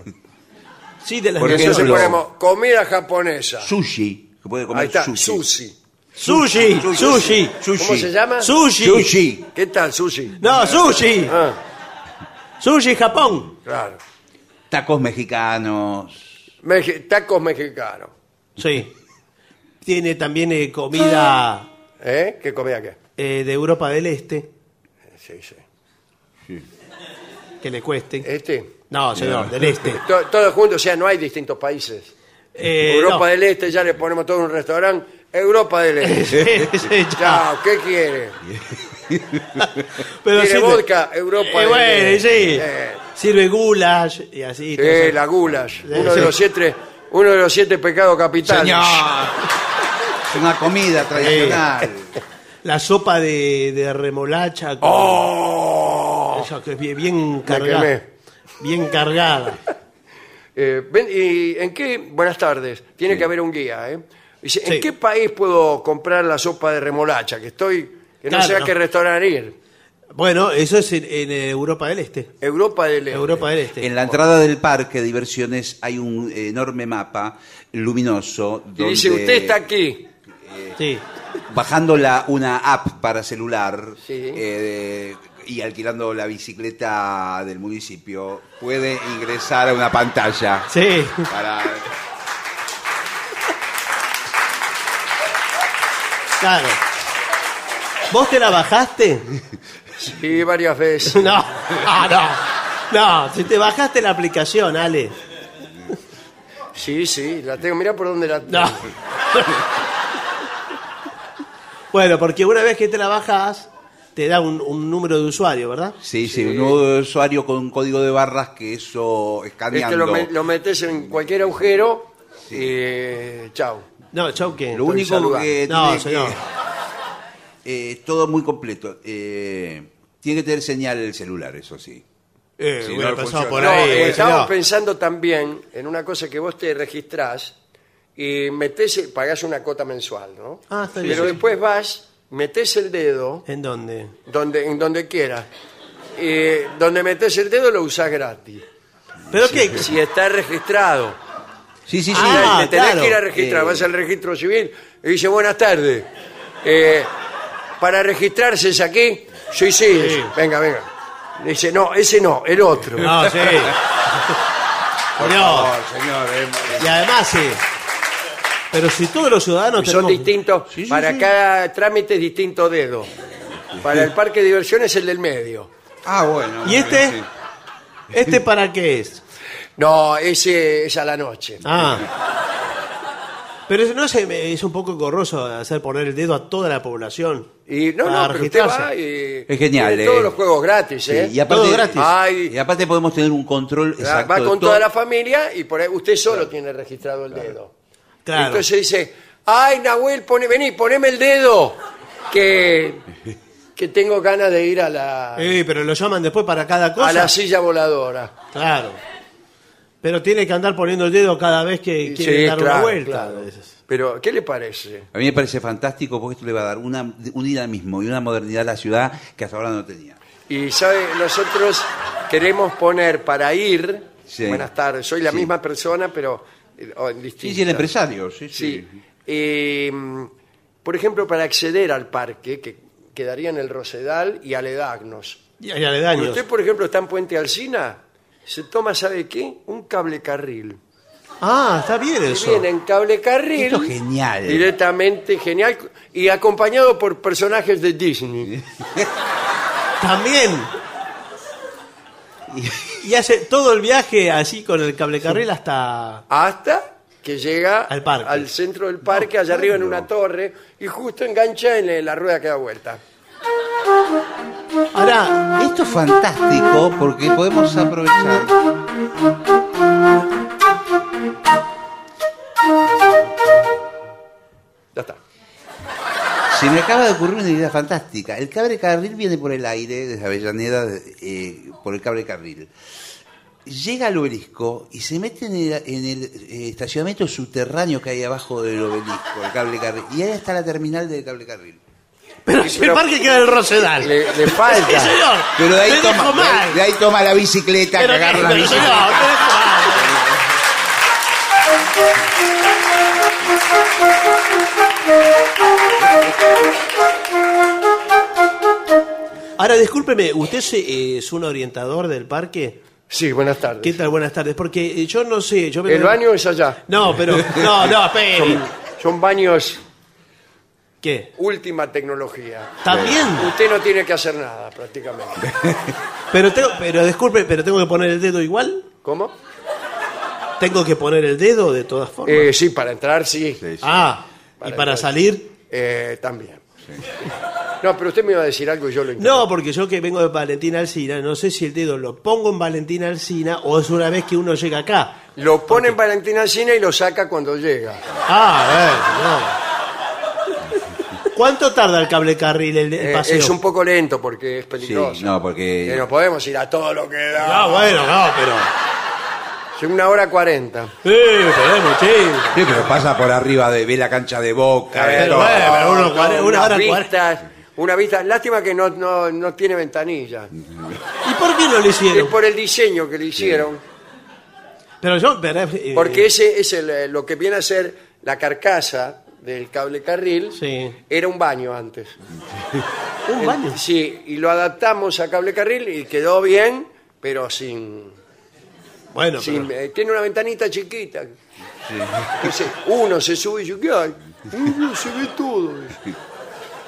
I: sí, de las
C: Por
A: Entonces
I: naciones.
C: ejemplo,
A: ponemos comida japonesa.
C: Sushi. Que puede comer
A: Ahí está,
C: sushi.
A: sushi.
I: Sushi, sushi,
C: Sushi.
A: ¿Cómo se llama?
I: sushi.
C: Sushi.
A: ¿Qué tal, sushi?
I: No, sushi.
A: Ah,
I: Sushi, Japón.
A: claro.
C: Tacos mexicanos.
A: Meji- tacos mexicanos.
I: Sí. Tiene también eh, comida
A: ¿Eh? ¿Qué comida qué?
I: eh, de Europa del Este,
A: Sí, sí.
I: que le cueste.
A: Este.
I: No, señor, del Este.
A: To- todos juntos, o sea, no hay distintos países.
I: Eh,
A: Europa
I: no.
A: del Este, ya le ponemos todo un restaurante. Europa del Este.
I: Sí, ya.
A: Chao, ¿qué quiere?
I: Pero
A: ¿Quiere
I: sirve-
A: vodka? Europa
I: Eh,
A: del
I: bueno, sí.
A: Este. Eh.
I: Sirve goulash y así. todo
A: Sí,
I: eso.
A: la gulas. Uno
I: sí.
A: de los siete, uno de los siete pecados capitales.
C: Es una comida tradicional.
A: Este,
I: La sopa de, de remolacha. con-
A: ¡Oh!
I: Eso que es bien, bien
A: quemé.
I: cargada. Bien cargada.
A: Eh, ven, ¿Y en qué? Buenas tardes. Tiene que haber un guía, ¿eh? Dice, ¿en
I: Sí.
A: qué país puedo comprar la sopa de remolacha? Que estoy Que no
I: Claro,
A: sea
I: no.
A: que restaurar ir.
I: Bueno, eso es en, en, eh, Europa del Este.
A: Europa del Este.
I: Europa del Este.
C: En la entrada del parque de diversiones hay un enorme mapa luminoso
A: Y
C: donde
A: dice, usted está aquí.
I: Sí.
C: bajando la, una app para celular
A: Sí.
C: eh, y alquilando la bicicleta del municipio puede ingresar a una pantalla
I: Sí.
C: para
I: Claro. ¿Vos te la bajaste?
A: Sí, varias veces.
I: No, Ah, no. No, si te bajaste la aplicación, Ale.
A: Sí, sí, la tengo. Mirá por dónde la tengo.
I: No. Bueno, porque una vez que te la bajas, te da un, un número de usuario, ¿verdad?
C: sí, sí, un nuevo usuario con un código de barras que eso
A: Es que
C: escaneando
A: Este lo, me- lo metes en cualquier agujero y eh, chao.
I: No, chau, ¿qué?
C: Lo único
A: saludando.
C: que
I: No,
C: tiene
I: señor.
C: que- eh, todo muy completo. Eh, tiene que tener señal el celular, eso sí.
I: Eh,
C: Si
I: hubiera
C: no,
I: pasado
C: funciona.
I: por
A: No,
I: ahí.
A: eh, estaba
I: señor.
A: pensando también en una cosa que vos te registrás y metés, pagás una cuota mensual, ¿no?
I: Ah, está bien. Eh.
A: Pero después vas, metés el dedo
I: ¿En dónde?
A: donde, en donde quieras. Eh, donde metés el dedo lo usás gratis.
I: ¿Pero qué?
A: Si está registrado.
C: Sí, sí, sí.
I: Ah,
A: Te tenés
I: claro.
A: que ir a registrar,
C: Eh.
A: vas al registro civil y dice buenas tardes. Eh, para registrarse es aquí. Sí, sí, dice, venga, venga. Le Dice, no, ese no, el otro.
I: No, sí.
C: Por
I: No.
C: favor, señor. eh,
I: Y además, sí. Pero si todos los ciudadanos
A: Son
I: tenemos-
A: distintos,
C: Sí, sí,
A: para
C: sí.
A: cada trámite es distinto dedo. Para el parque de diversiones el del medio.
C: Ah, bueno.
I: ¿Y este?
C: Sí.
I: ¿Este para qué es?
A: No, ese es a la noche.
I: Ah. Pero eso no es, es un poco gorroso hacer poner el dedo a toda la población.
A: Y no, no,
I: para
A: pero usted
I: registrarse.
A: va y
C: Es genial,
A: tiene todos
C: eh.
A: los juegos gratis, ¿eh?
C: Sí, y aparte,
I: Todo gratis.
A: Ay. Ah,
C: y aparte podemos tener un control exacto.
A: va
C: de
A: con
C: todo.
A: toda la familia y por ahí usted solo tiene registrado el dedo.
I: Claro.
A: Entonces dice, ay Nahuel, pone, vení, poneme el dedo, que, que tengo ganas de ir a la,
I: Eh, pero lo llaman después para cada cosa.
A: a la silla voladora.
I: Claro. Pero tiene que andar poniendo el dedo cada vez que quiere
A: Sí,
I: dar una
A: claro,
I: vuelta.
A: claro. Pero, ¿qué le parece?
C: A mí me parece fantástico porque esto le va a dar una, un dinamismo y una modernidad a la ciudad que hasta ahora no tenía.
A: Y, ¿sabe? Nosotros queremos poner para ir,
C: Sí.
A: buenas tardes, soy la
C: Sí.
A: misma persona, pero eh, oh, distinta.
C: Sí, sí, el empresario. Sí,
A: Sí.
C: sí.
A: Eh, mm, por ejemplo, para acceder al parque, que quedaría en el Rosedal y Aledagnos.
I: Y y le daños.
A: Usted, por ejemplo, está en Puente Alsina, se toma, ¿sabe qué? Un cable carril.
I: Ah, está bien
A: Y
I: eso.
A: viene en cable carril.
C: Esto es genial.
A: Directamente genial. Y acompañado por personajes de Disney.
I: También. Y hace todo el viaje así con el cable carril hasta.
A: Hasta que llega
I: Al parque.
A: al centro del parque, allá arriba en una torre, y justo engancha en la- la rueda que da vuelta.
I: Ahora,
C: Esto es fantástico porque podemos aprovechar.
A: Ya está.
C: Se me acaba de ocurrir una idea fantástica. El cable carril viene por el aire desde Avellaneda, eh, por el cable carril. Llega al obelisco y se mete en el, en el, eh, estacionamiento subterráneo que hay abajo del obelisco, el cable carril. Y ahí está la terminal del cable carril.
I: pero si el parque queda en el Rosedal.
A: Le, le falta.
I: Sí, señor.
C: Pero de ahí,
I: Te
C: toma,
I: dejo mal.
C: de ahí- de ahí toma la bicicleta,
I: Pero
C: que
I: qué-
C: agarra la
I: pero señor,
C: bicicleta.
I: te dejo mal. Ahora, discúlpeme, ¿usted es, eh, es un orientador del parque?
A: Sí, buenas tardes.
I: ¿Qué tal? Buenas tardes. Porque eh, yo no sé. Yo me-
A: El baño es allá.
I: No, pero. No, no, espere.
A: Son, son baños
I: ¿Qué?
A: última tecnología.
I: ¿También?
A: Usted no tiene que hacer nada prácticamente.
I: Pero, tengo, pero disculpe, ¿pero tengo que poner el dedo igual?
A: ¿Cómo?
I: ¿Tengo que poner el dedo de todas formas?
A: Eh, sí, para entrar sí.
I: ah, ¿y
A: para
I: para
A: entrar.
I: salir?
A: Eh, también. No, pero usted me iba a decir algo y yo lo interrumpí.
I: No, porque yo que vengo de Valentina Alcina, no sé si el dedo lo pongo en Valentina Alcina o es una vez que uno llega acá.
A: Lo pone en Valentina Alsina y lo saca cuando llega.
I: Ah, bueno, no. ¿Cuánto tarda el cable carril, el, el
A: Eh,
I: paseo? eh.
A: es un poco lento porque es peligroso.
C: Sí, no, porque-
A: Que no podemos ir a todo lo que da.
I: Ah, bueno, no, pero...
A: Es una hora cuarenta.
I: Sí, pero es muchísimo.
C: Sí, pero pasa por arriba de ve la cancha de boca.
I: Eh,
C: ve
I: pero
C: todo.
I: bueno, pero uno cuare- una
A: unas
I: hora
A: vistas, una Ah, vista. Lástima que no, no, no tiene ventanilla.
I: ¿Y por qué no lo
A: Es
I: hicieron?
A: por el diseño que le hicieron.
I: Pero yo, pero, eh,
A: Porque ese es el, eh, lo que viene a ser la carcasa del cable carril.
I: Sí.
A: Era un baño antes.
I: ¿Un baño?
A: Sí, y lo adaptamos a cable carril y quedó bien, pero sin...
I: Bueno,
A: sin-
I: pero-
A: eh, tiene una ventanita chiquita. Entonces, uno se sube y dice, ¿qué hay? Uy, se ve todo.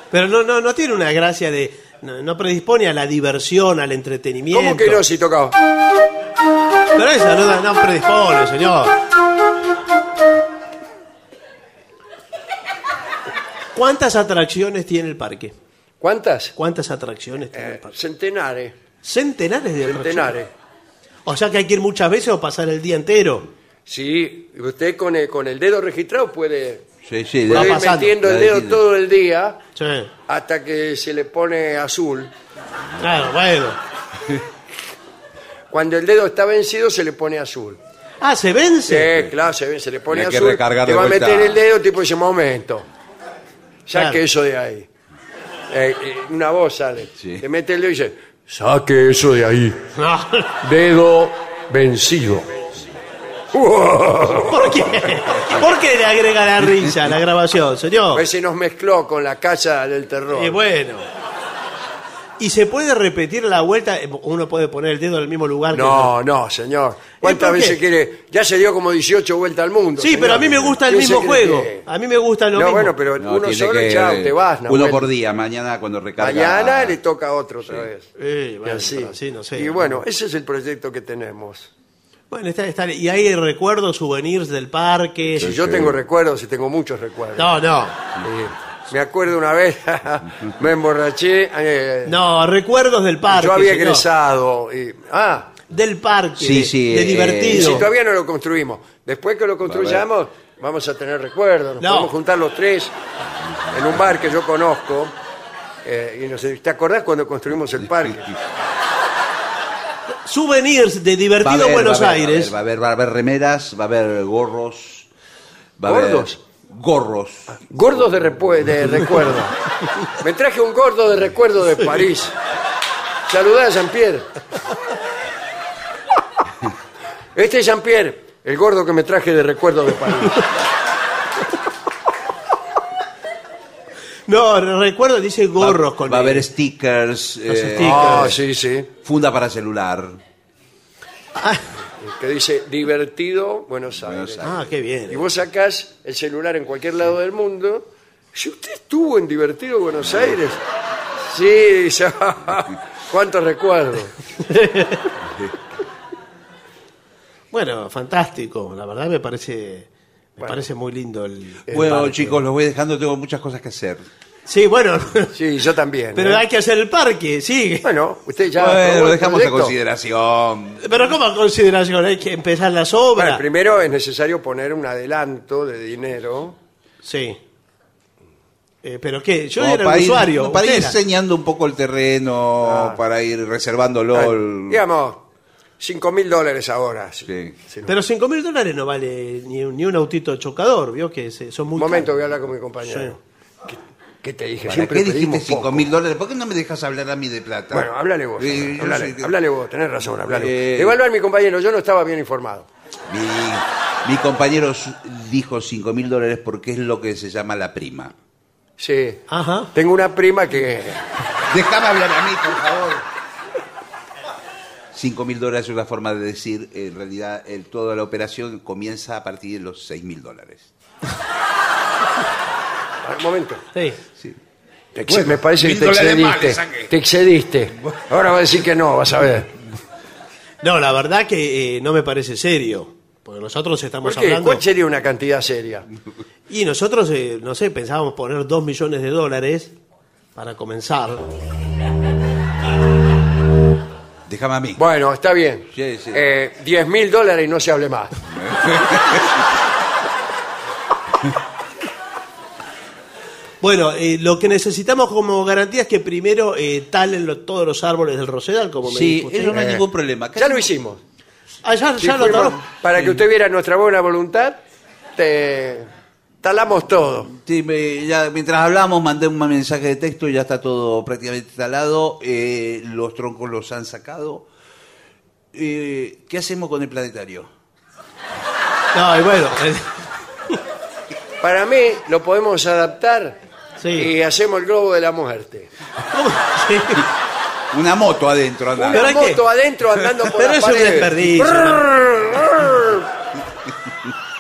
I: pero no, no, no tiene una gracia de. No, no predispone a la diversión, al entretenimiento.
A: ¿Cómo que no si tocaba?
I: Pero eso no, da- no predispone, señor. ¿Cuántas atracciones tiene el parque?
A: ¿Cuántas?
I: ¿Cuántas atracciones tiene el parque?
A: Centenares.
I: Centenares de
A: Eh, Centenares.
I: atracciones. O sea que hay que ir muchas veces o pasar el día entero.
A: Sí, usted con el, con el dedo registrado puede,
C: Sí, sí,
A: puede
C: de-
A: ir
I: pasando,
A: metiendo el
C: la
A: dedo
C: define.
A: todo el día
I: Sí.
A: hasta que se le pone azul.
I: Claro, bueno.
A: Cuando el dedo está vencido se le pone azul.
I: Ah, ¿se
A: Sí,
I: vence?
A: claro, se, ve, se le pone
C: Hay que
A: azul.
C: recargar
A: te
C: de
A: va a
C: vuelta.
A: meter el dedo tipo ese momento. Saque
I: Claro.
A: eso de ahí. Eh, eh, una voz sale.
C: Sí.
A: Te mete el dedo y dice, saque eso de ahí.
I: No,
A: Dedo vencido.
I: ¿por qué? ¿Por qué le agrega la risa a la grabación,
A: A
I: señor?
A: veces nos mezcló con la casa del terror.
I: Y bueno. ¿Y se puede repetir la vuelta? Uno puede poner el dedo en el mismo lugar. que-
A: No, no, señor. ¿Cuántas
I: por qué?
A: veces quiere? Ya se dio como 18 vueltas al mundo.
I: Sí,
A: señor.
I: pero a mí me gusta el
A: ¿Quién se
I: mismo
A: cree
I: juego.
A: que es?
I: A mí me gusta lo
A: no,
I: mismo.
A: bueno, pero
C: No,
A: uno
C: tiene
A: solo
C: que-
A: chao, te vas.
C: Uno
A: Nahuel.
C: por día, mañana cuando recarga.
A: Mañana le toca a otro otra vez.
I: Eh, bueno,
A: y así.
I: pero así no sé.
A: Y bueno, ese es el proyecto que tenemos.
I: Bueno, está, está- y hay recuerdos, souvenirs del parque.
A: Si yo tengo recuerdos y tengo muchos recuerdos.
I: No, no.
A: Sí. Me acuerdo una vez, me emborraché. eh,
I: No, recuerdos del parque.
A: yo había
I: señor.
A: egresado. y- ah,
I: Del parque.
C: Sí, sí,
I: De
C: eh,
A: y
I: divertido.
A: si todavía no lo construimos. Después que lo construyamos, vamos a tener recuerdos. Nos
I: No.
A: podemos juntar los tres en un bar que yo conozco. eh, y no sé, ¿te acordás cuando construimos el parque?
I: Souvenirs de
C: Va a
I: divertido
C: haber,
I: Buenos
C: va a haber,
I: Aires.
C: Va a haber, va a haber remeras, va a haber gorros. Va a
A: ¿Gordos?
C: Haber gorros.
A: Ah, Gordos de, repue- de recuerdo. Me traje un gordo de recuerdo de París. Saludá a Jean-Pierre. Este es Jean-Pierre, el gordo que me traje de recuerdo de París.
I: No, recuerdo, dice gorros
C: va,
I: con
C: Va a
I: él.
C: haber este- stickers. eh,
I: stickers.
A: Ah, sí, sí.
C: Funda para celular.
A: Que dice, divertido Buenos Aires.
C: Buenos
I: Ah, qué
A: Y
I: bien.
A: vos sacás el celular en cualquier lado del mundo. Si usted estuvo en divertido Buenos Aires. Sí, ya. ¿Cuántos recuerdos?
I: Bueno, fantástico. La verdad me parece. Me parece muy lindo el. el
C: bueno,
I: parque.
C: chicos, los voy dejando, tengo muchas cosas que hacer.
I: Sí, bueno.
A: Sí, yo también.
I: Pero
A: ¿eh?
I: hay que hacer el parque, sí.
A: Bueno, usted ya. aprobó
C: bueno, lo
A: el
C: dejamos a
A: proyecto.
C: consideración.
I: Pero como consideración, hay que empezar las
A: Bueno,
I: obras.
A: primero es necesario poner un adelanto de dinero.
I: Sí. Eh, pero qué, yo
C: Como
I: era
C: para
I: el
C: ir-
I: usuario.
C: no, para ir
I: usted era.
C: enseñando un poco el terreno,
A: Ah.
C: para ir reservándolo. el-
A: Digamos, 5 mil dólares ahora. Sí.
C: Sí.
A: Sí, no.
I: Pero 5 mil dólares no vale ni, un- ni un autito chocador, ¿vio? Que se- son muy
A: Un momento, voy a
I: caros.
A: hablar con mi compañero. ¿Qué, qué te dije?
C: ¿Para
A: Siempre
C: qué dijiste
A: pedimos
C: 5
A: poco.
C: mil dólares? ¿Por qué no me dejas hablar a mí de plata?
A: Bueno, háblale vos.
C: Eh,
A: háblale,
C: yo
A: háblale,
C: soy-
A: háblale vos, tenés razón, háblale.
C: Eh.
A: vos. Evaluar mi compañero, yo no estaba bien informado.
C: Mi, mi compañero s- dijo 5 mil dólares porque es lo que se llama la prima.
A: Sí.
I: Ajá.
A: Tengo una prima que.
C: Déjame hablar a mí, por favor. 5 mil dólares es una forma de decir, en realidad, el- toda la operación comienza a partir de los 6 mil dólares.
A: Ah, Un momento.
I: Sí.
A: Te ex- me parece que te excediste. te excediste. Ahora va a decir que no, vas a ver.
I: No, la verdad que eh, no me parece serio. Porque nosotros estamos
A: ¿Por qué?
I: hablando.
A: ¿Cuál sería una cantidad seria?
I: Y nosotros, eh, no sé, pensábamos poner 2 millones de dólares para comenzar.
C: Déjame a mí.
A: Bueno, está bien.
C: Sí, sí.
A: Eh, 10 mil dólares y no se hable más.
I: Bueno, eh, lo que necesitamos como garantía es que primero eh, talen lo- todos los árboles del Rosedal, como me
C: sí,
I: dijo usted.
C: eso no hay
A: Eh,
C: ningún problema.
A: Ya lo hicimos.
I: Ah, ya,
A: Sí,
I: ya lo
A: fuimos-
I: taló.
A: Para que usted viera nuestra buena voluntad, te Talamos todo.
C: Sí, me- ya mientras hablamos mandé un mensaje de texto y ya está todo prácticamente instalado. eh, los troncos los han sacado. Eh, ¿Qué hacemos con el planetario?
I: No, y bueno. eh,
A: Para mí lo podemos adaptar y hacemos el globo de la muerte.
C: Una moto adentro. andá.
A: Una moto adentro andando por
I: Pero
A: las
I: es un
A: paredes.
I: desperdicio,
A: Brrr, brrr.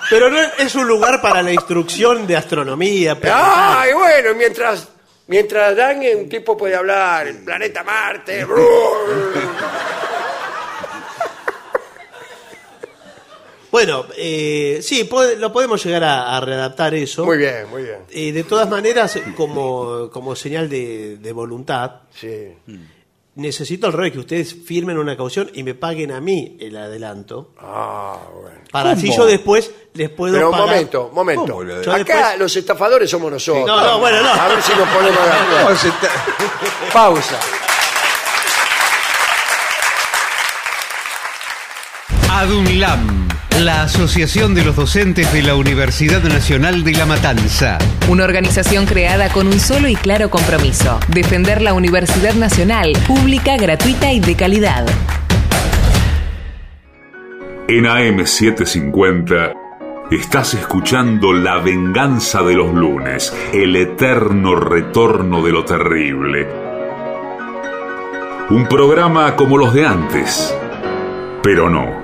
I: Pero no es un lugar para la instrucción de astronomía. pero-
A: Ay, bueno, mientras mientras dan un tipo puede hablar el planeta Marte. brrr.
I: Bueno, eh, sí, puede- lo podemos llegar a, a readaptar eso.
A: Muy bien, muy bien.
I: Eh, de todas maneras, como, como señal de, de voluntad,
A: Sí.
I: necesito al revés que ustedes firmen una caución y me paguen a mí el adelanto.
A: Ah, bueno.
I: Para
A: ¿Cómo?
I: si yo después les puedo
A: Pero un
I: pagar.
A: momento, momento.
I: ¿Cómo le- Yo
A: Acá
I: después-
A: los estafadores somos nosotros.
I: No, no, bueno, no.
A: A ver si nos ponemos de acuerdo.
C: No, se está-
A: Pausa.
J: ADUNLAM, la Asociación de los Docentes de la Universidad Nacional de La Matanza.
K: Una organización creada con un solo y claro compromiso, defender la Universidad Nacional, pública, gratuita y de calidad.
H: En AM750 estás escuchando La venganza de los lunes, el eterno retorno de lo terrible. Un programa como los de antes, pero no.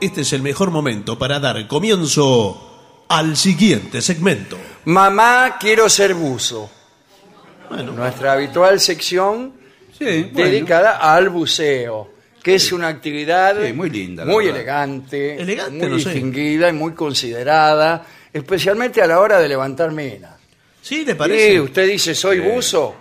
B: este es el mejor momento para dar comienzo al siguiente segmento.
A: Mamá, quiero ser buzo. Nuestra habitual sección dedicada al buceo, que es una actividad
C: Sí, muy linda, la
A: muy
C: verdad.
A: elegante,
C: Elegante,
A: muy
C: no sé.
A: distinguida y muy considerada, especialmente a la hora de levantar mina.
I: Sí, ¿le
A: Sí,
I: parece?
A: usted dice, soy
I: Sí.
A: buzo,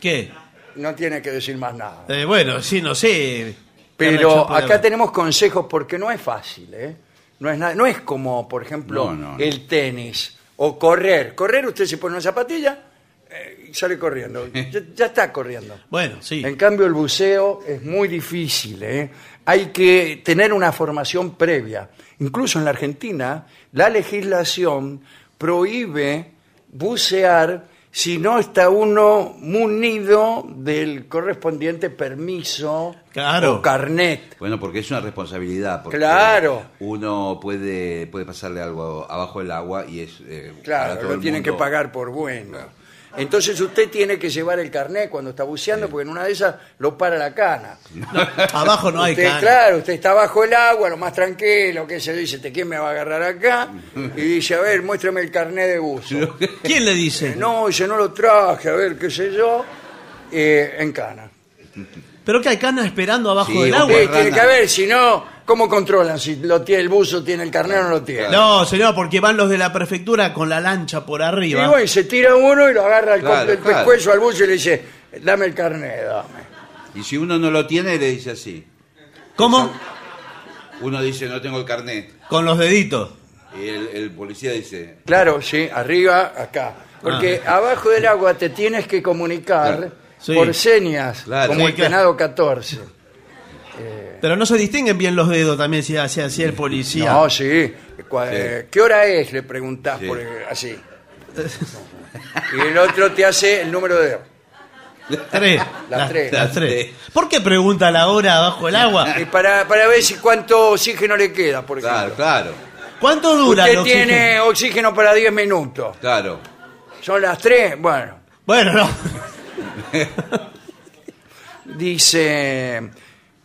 I: ¿Qué?
A: no tiene que decir más nada.
I: Eh, bueno, sí, no sé.
A: Pero
I: Carla, yo
A: acá
I: puedo-
A: tenemos consejos porque no es fácil, ¿eh? No es, nada- no es como, por ejemplo,
C: No, no, no.
A: el tenis o correr. Correr, usted se pone una zapatilla eh, y sale corriendo. Ya, ya está corriendo.
I: Bueno, sí.
A: En cambio, el buceo es muy difícil, ¿eh? Hay que tener una formación previa. Incluso en la Argentina, la legislación prohíbe bucear si no está uno munido del correspondiente permiso
C: Claro.
A: o carnet.
C: Bueno, porque es una responsabilidad. porque
A: Claro.
C: Uno puede, puede pasarle algo abajo del agua y es. eh, para
A: Claro,
C: todo
A: lo
C: el
A: tienen que
C: mundo.
A: pagar por bueno. Entonces usted tiene que llevar el carnet cuando está buceando, porque en una de esas lo para la cana.
B: Abajo no hay
A: Usted,
B: cana.
A: Claro, usted está bajo el agua, lo más tranquilo, que se dice, ¿te quién me va a agarrar acá? Y dice, a ver, muéstrame el carnet de buzo.
B: ¿Quién le dice?
A: No, yo no lo traje, a ver, qué sé yo, Eh, en cana.
B: Pero que hay cana esperando abajo
A: Sí,
B: del agua.
A: tiene que ver, si no, ¿cómo controlan si lo tiene el buzo, tiene el carnet o no lo tiene?
B: No, señor, porque van los de la prefectura con la lancha por
A: Y
B: arriba.
A: bueno, y se tira uno y lo agarra el,
C: Claro,
A: cop- el
C: claro.
A: pescuezo al buzo y le dice, dame el carnet, dame.
C: Y si uno no lo tiene, le dice así.
B: ¿Cómo?
C: Uno dice, no tengo el carnet.
B: Con los deditos.
C: Y el, el policía dice.
A: Claro, sí, arriba, acá. Porque abajo del agua te tienes que comunicar
C: Claro.
B: Ah. Sí.
A: por señas,
B: Claro.
A: como
B: Sí,
A: el
B: claro.
A: penado 14.
B: Pero no se distinguen bien los dedos también si hacía así el policía.
A: No, sí. Cua- eh, ¿Qué hora es? Le preguntás por, eh, así. Y el otro te hace el número de...
B: Tres.
A: Las tres.
B: Las tres. ¿Por qué pregunta la hora abajo el agua?
A: Y para, para ver si cuánto oxígeno le queda, por ejemplo.
C: Claro,
B: ¿Cuánto dura el
A: Usted
B: oxígeno?
A: tiene oxígeno para 10 minutos.
C: claro.
A: Son las 3, bueno.
B: Bueno, no.
A: Dice,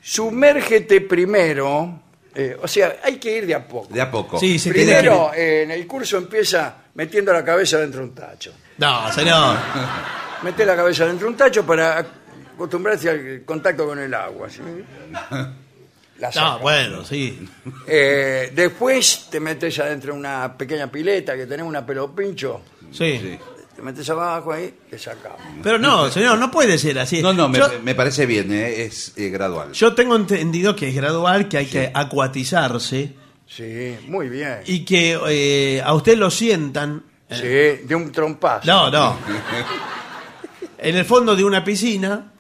A: sumérgete primero. eh, o sea, hay que ir de a poco.
C: De a poco.
B: Sí, se tiene que...
A: Primero, eh, en el curso empieza metiendo la cabeza dentro de un tacho.
B: No, señor.
A: Mete la cabeza dentro de un tacho para acostumbrarse al contacto con el agua. ¿sí? La
I: Ah,
A: saca.
I: bueno, sí.
A: Eh, después te metes adentro de una pequeña pileta que tenemos una pelopincho.
I: Sí.
A: Te metes abajo ahí, te sacamos.
I: Pero no, señor, no puede ser así.
C: No, no, me,
I: Yo-
C: me parece bien, eh, es eh, gradual.
I: Yo tengo entendido que es gradual, que hay que acuatizarse
A: Sí, muy bien.
I: y que eh, a usted lo sientan.
A: Sí, de un trompazo.
I: eh, No, no. En el fondo de una piscina.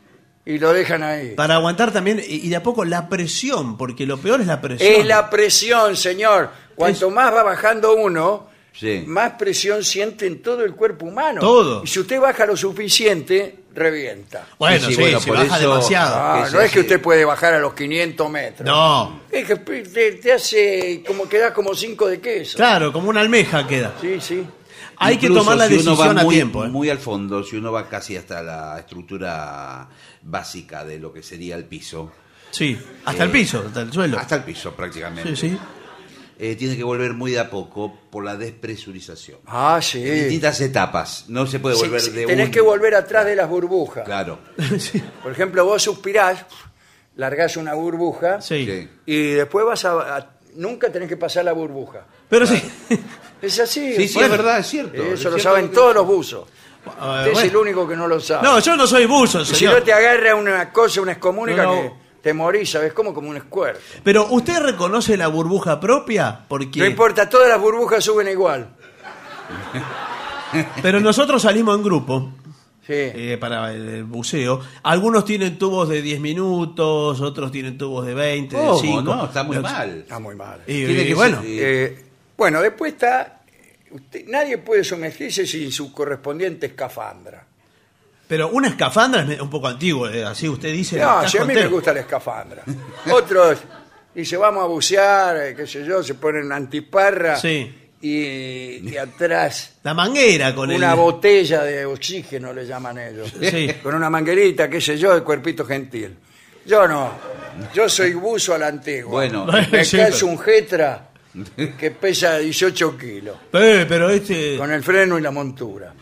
A: Y lo dejan ahí.
I: Para aguantar también, y y de a poco la presión, porque lo peor es la presión.
A: Es la presión, señor. Cuanto más va bajando uno,
C: Sí.
A: más presión siente en todo el cuerpo humano.
C: Todo.
A: Y si usted baja lo suficiente, revienta.
C: Bueno, Sí, sí, sí, bueno, se por baja eso- demasiado.
A: Ah,
C: que
A: no
C: se-
A: es que usted puede bajar a los 500 metros.
I: No.
A: Es que te, te hace como que da como 5 de queso.
I: Claro, como una almeja queda.
A: Sí, sí.
I: Hay que
C: Incluso
I: tomar la
C: si uno
I: decisión
C: va
I: a
C: muy-
I: tiempo. ¿eh?
C: Muy al fondo, si uno va casi hasta la estructura básica de lo que sería el piso.
I: Sí, hasta
A: Eh,
I: el piso, hasta el suelo.
C: Hasta el piso, prácticamente.
I: Sí, sí.
C: Eh, tiene que volver muy de a poco por la despresurización.
A: Ah, sí.
C: En distintas etapas. No se puede
A: Sí,
C: volver
A: sí,
C: de
A: tenés
C: un-
A: que volver atrás de las burbujas.
C: Claro.
A: Por ejemplo, vos suspirás, largás una burbuja
C: Sí.
A: y después vas a, a- Nunca tenés que pasar la burbuja.
I: Pero sí.
A: Es así.
C: Sí, sí,
A: Bueno,
C: es verdad, es cierto.
A: Eso
C: Es
A: lo
C: cierto
A: saben
C: lo que-
A: todos los buzos.
I: Ah,
A: Usted es
I: bueno.
A: el único que no lo sabe.
I: No, yo no soy buzo,
A: Y si
I: señor.
A: no te agarra una cosa, una excomúnica
I: No, no.
A: que te morís, ¿sabes? Como como un escuerzo.
I: Pero usted reconoce la burbuja propia porque
A: No importa, todas las burbujas suben igual.
I: pero nosotros salimos en grupo
A: Sí.
I: eh, para el, el buceo. Algunos tienen tubos de 10 minutos, otros tienen tubos de 20, de
C: ¿Cómo?
I: 5.
C: No, está muy mal.
A: Oh, Está muy mal.
I: Y,
C: Tiene
I: y
C: que
I: bueno,
C: ser-
A: Eh, bueno, después está. usted- nadie puede sumergirse sin su correspondiente escafandra.
I: pero una escafandra es me- un poco antigua, eh, así usted dice.
A: No,
I: estás
A: si a mí me
I: contento.
A: gusta la escafandra. Otros dicen, vamos a bucear, eh, qué sé yo, se ponen antiparra
I: Sí.
A: y, y atrás
I: La manguera con
A: una
I: el
A: botella de oxígeno, le llaman ellos.
I: Sí.
A: Con una manguerita, qué sé yo, de cuerpito gentil. Yo no, yo soy buzo a la antigua.
C: Bueno.
A: me
I: Sí,
A: calzo
I: pero-
A: un jetra que pesa 18 kilos,
I: Eh, pero este
A: con el freno y la montura.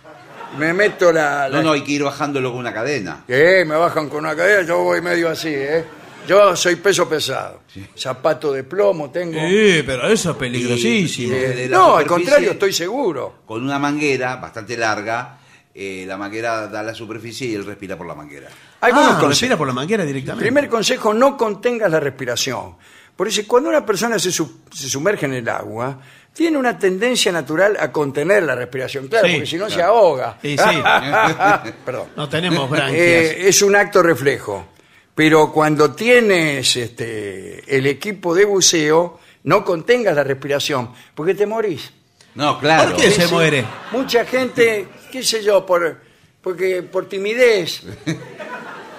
A: Me meto la... la-
C: No, no, hay que ir bajándolo con una cadena.
A: Eh, me bajan con una cadera, yo voy medio así, ¿eh? Yo soy peso pesado. Zapato de plomo tengo.
I: Eh, pero eso es peligrosísimo.
C: Y- y-
A: Eh,
C: de la
A: no, al
C: superficie-
A: contrario, estoy seguro.
C: Con una manguera bastante larga, eh, la manguera da la superficie y él respira por la manguera.
A: Algunos
I: ah,
A: consejos.
I: respira por la manguera directamente.
A: Primer consejo, no contengas la respiración. Por eso, cuando una persona se, su- se sumerge en el agua, tiene una tendencia natural a contener la respiración. Claro,
I: Sí,
A: porque si no se
C: claro.
A: ahoga.
I: Y sí.
A: Perdón.
I: No tenemos branquias.
A: Eh, es un acto reflejo. Pero cuando tienes este, el equipo de buceo, no contengas la respiración, porque te morís.
C: No, claro.
I: ¿Por qué se
A: Sí,
I: muere?
A: Mucha gente, qué sé yo, por, porque, por timidez.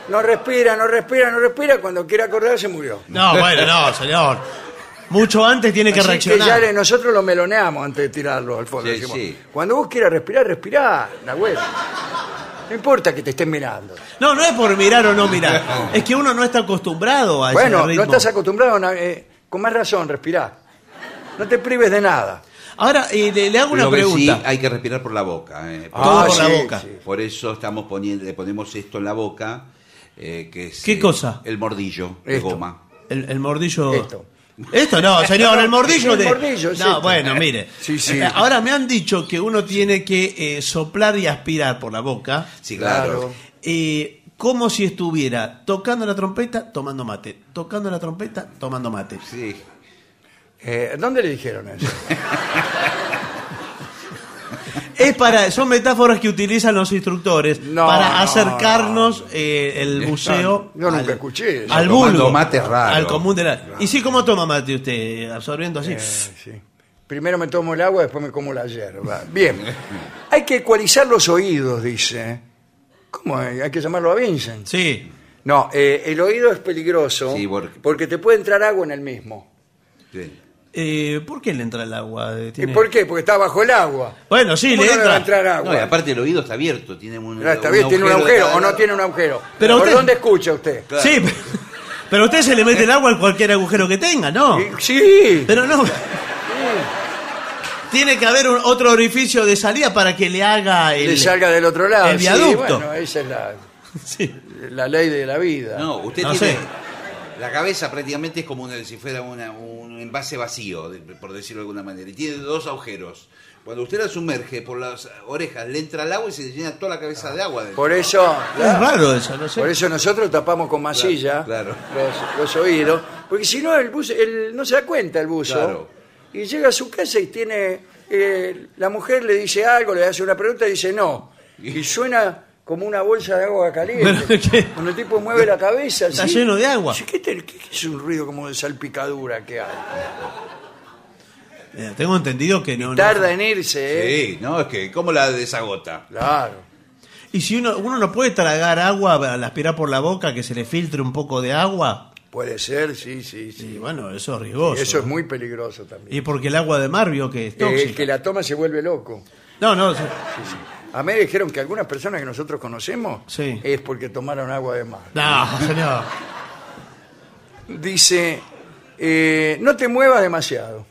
A: No respira, no respira, no respira. Cuando quiere acordar, se murió.
I: No, bueno, no, señor. Mucho antes tiene que
A: Así
I: reaccionar.
A: ya le- nosotros lo meloneamos antes de tirarlo al fondo.
C: Sí,
A: Decimos,
C: sí.
A: Cuando vos quieras respirar, respirá, Nahuel. No importa que te estén mirando.
I: No, no es por mirar o no mirar. Es que uno no está acostumbrado a
A: bueno,
I: ese
A: no
I: ritmo.
A: estás acostumbrado, na- eh, con más razón, respirá. No te prives de nada.
I: Ahora, eh, le, le hago una
C: Lo que sí,
I: pregunta.
C: hay que respirar por la boca. eh. Por-
I: Todo
A: Ah,
I: por la
A: sí,
I: boca.
A: sí.
C: Por eso estamos poniendo, le ponemos esto en la boca, eh, que es...
I: ¿Qué
C: eh,
I: cosa?
C: El mordillo de
A: Esto.
C: goma.
I: El, el mordillo.
A: Esto.
I: Esto no, señor, el mordillo
A: El
I: de.
A: mordillo, es
I: no,
A: esto.
I: bueno, mire.
A: Sí, sí.
I: Eh, Ahora me han dicho que uno tiene que eh, soplar y aspirar por la boca,
C: Sí, claro.
A: Claro.
I: eh, como si estuviera tocando la trompeta, tomando mate. Tocando la trompeta, tomando mate.
C: Sí.
A: Eh, ¿Dónde le dijeron eso?
I: Es para, son metáforas que utilizan los instructores
A: No,
I: para
A: no,
I: acercarnos eh, el buceo.
A: Yo nunca escuché eso.
I: Al
C: Tomando
I: vulgo.
C: mate es raro.
I: Al común de la- ¿Y sí cómo toma mate usted? Absorbiendo así.
A: Eh, sí. Primero me tomo el agua, después me como la hierba. Bien. Hay que ecualizar los oídos, dice. ¿Cómo? Eh, Hay Hay que llamarlo a Vincent.
I: Sí.
A: No, eh, el oído es peligroso
C: Sí, por-
A: porque... te puede entrar agua en el mismo.
C: sí.
I: Eh, ¿Por qué le entra el agua? Tiene-
A: ¿Y por qué? Porque está bajo el agua.
I: Bueno, sí,
A: ¿Cómo no
I: le
A: va a
I: entra.
A: entrar agua?
C: No, y aparte el oído está abierto, tiene un,
A: Claro, Ah, está bien, tiene un
C: de
A: agujero
C: cada
A: o no
C: lado.
A: tiene un agujero.
I: Pero
A: ¿Por
I: usted-
A: dónde escucha usted?
I: Sí, pero, pero a usted se le mete el agua en cualquier agujero que tenga, ¿no?
A: Y- Sí.
I: Pero no. Tiene que haber un- otro orificio de salida para que le haga el.
A: le salga del otro lado.
I: el
A: Sí,
I: viaducto.
A: bueno, esa es la,
I: Sí.
A: la ley de la vida.
C: No, usted
A: No
C: tiene.
A: sé.
C: La cabeza prácticamente es como una- si fuera una- un envase vacío, de- por decirlo de alguna manera. Y tiene dos agujeros. Cuando usted la sumerge por las orejas, le entra el agua y se le llena toda la cabeza de agua.
A: Por eso. claro,
C: raro eso, no sé.
A: Por eso nosotros tapamos con masilla Los, los oídos. Porque si no, el buzo, el- no se da cuenta el buzo.
C: Claro.
A: Y llega a su casa y tiene. eh, la mujer le dice algo, le hace una pregunta y dice no. Y suena como una bolsa de agua caliente. Cuando el tipo mueve la cabeza.
I: Está
A: así.
I: lleno de agua.
A: Dice, ¿Qué, te- qué- qué es un ruido como de salpicadura que hay?
I: Eh, tengo entendido que no. no-
A: Tarda en irse, ¿eh?
C: Sí, no, es que, ¿cómo la desagota?
A: Claro.
I: Y si uno, uno no puede tragar agua al aspirar por la boca, que se le filtre un poco de agua.
A: Puede ser, sí, sí, sí.
I: Y bueno, eso es riesgoso.
A: Y eso es muy peligroso también.
I: Y porque el agua de mar vio que es
A: Eh,
I: tóxica.
A: el que la toma se vuelve loco.
I: No, no. sí.
A: A mí me dijeron que algunas personas que nosotros conocemos
I: Sí.
A: es porque tomaron agua de mar.
I: No, señor.
A: Dice, eh, no te muevas demasiado.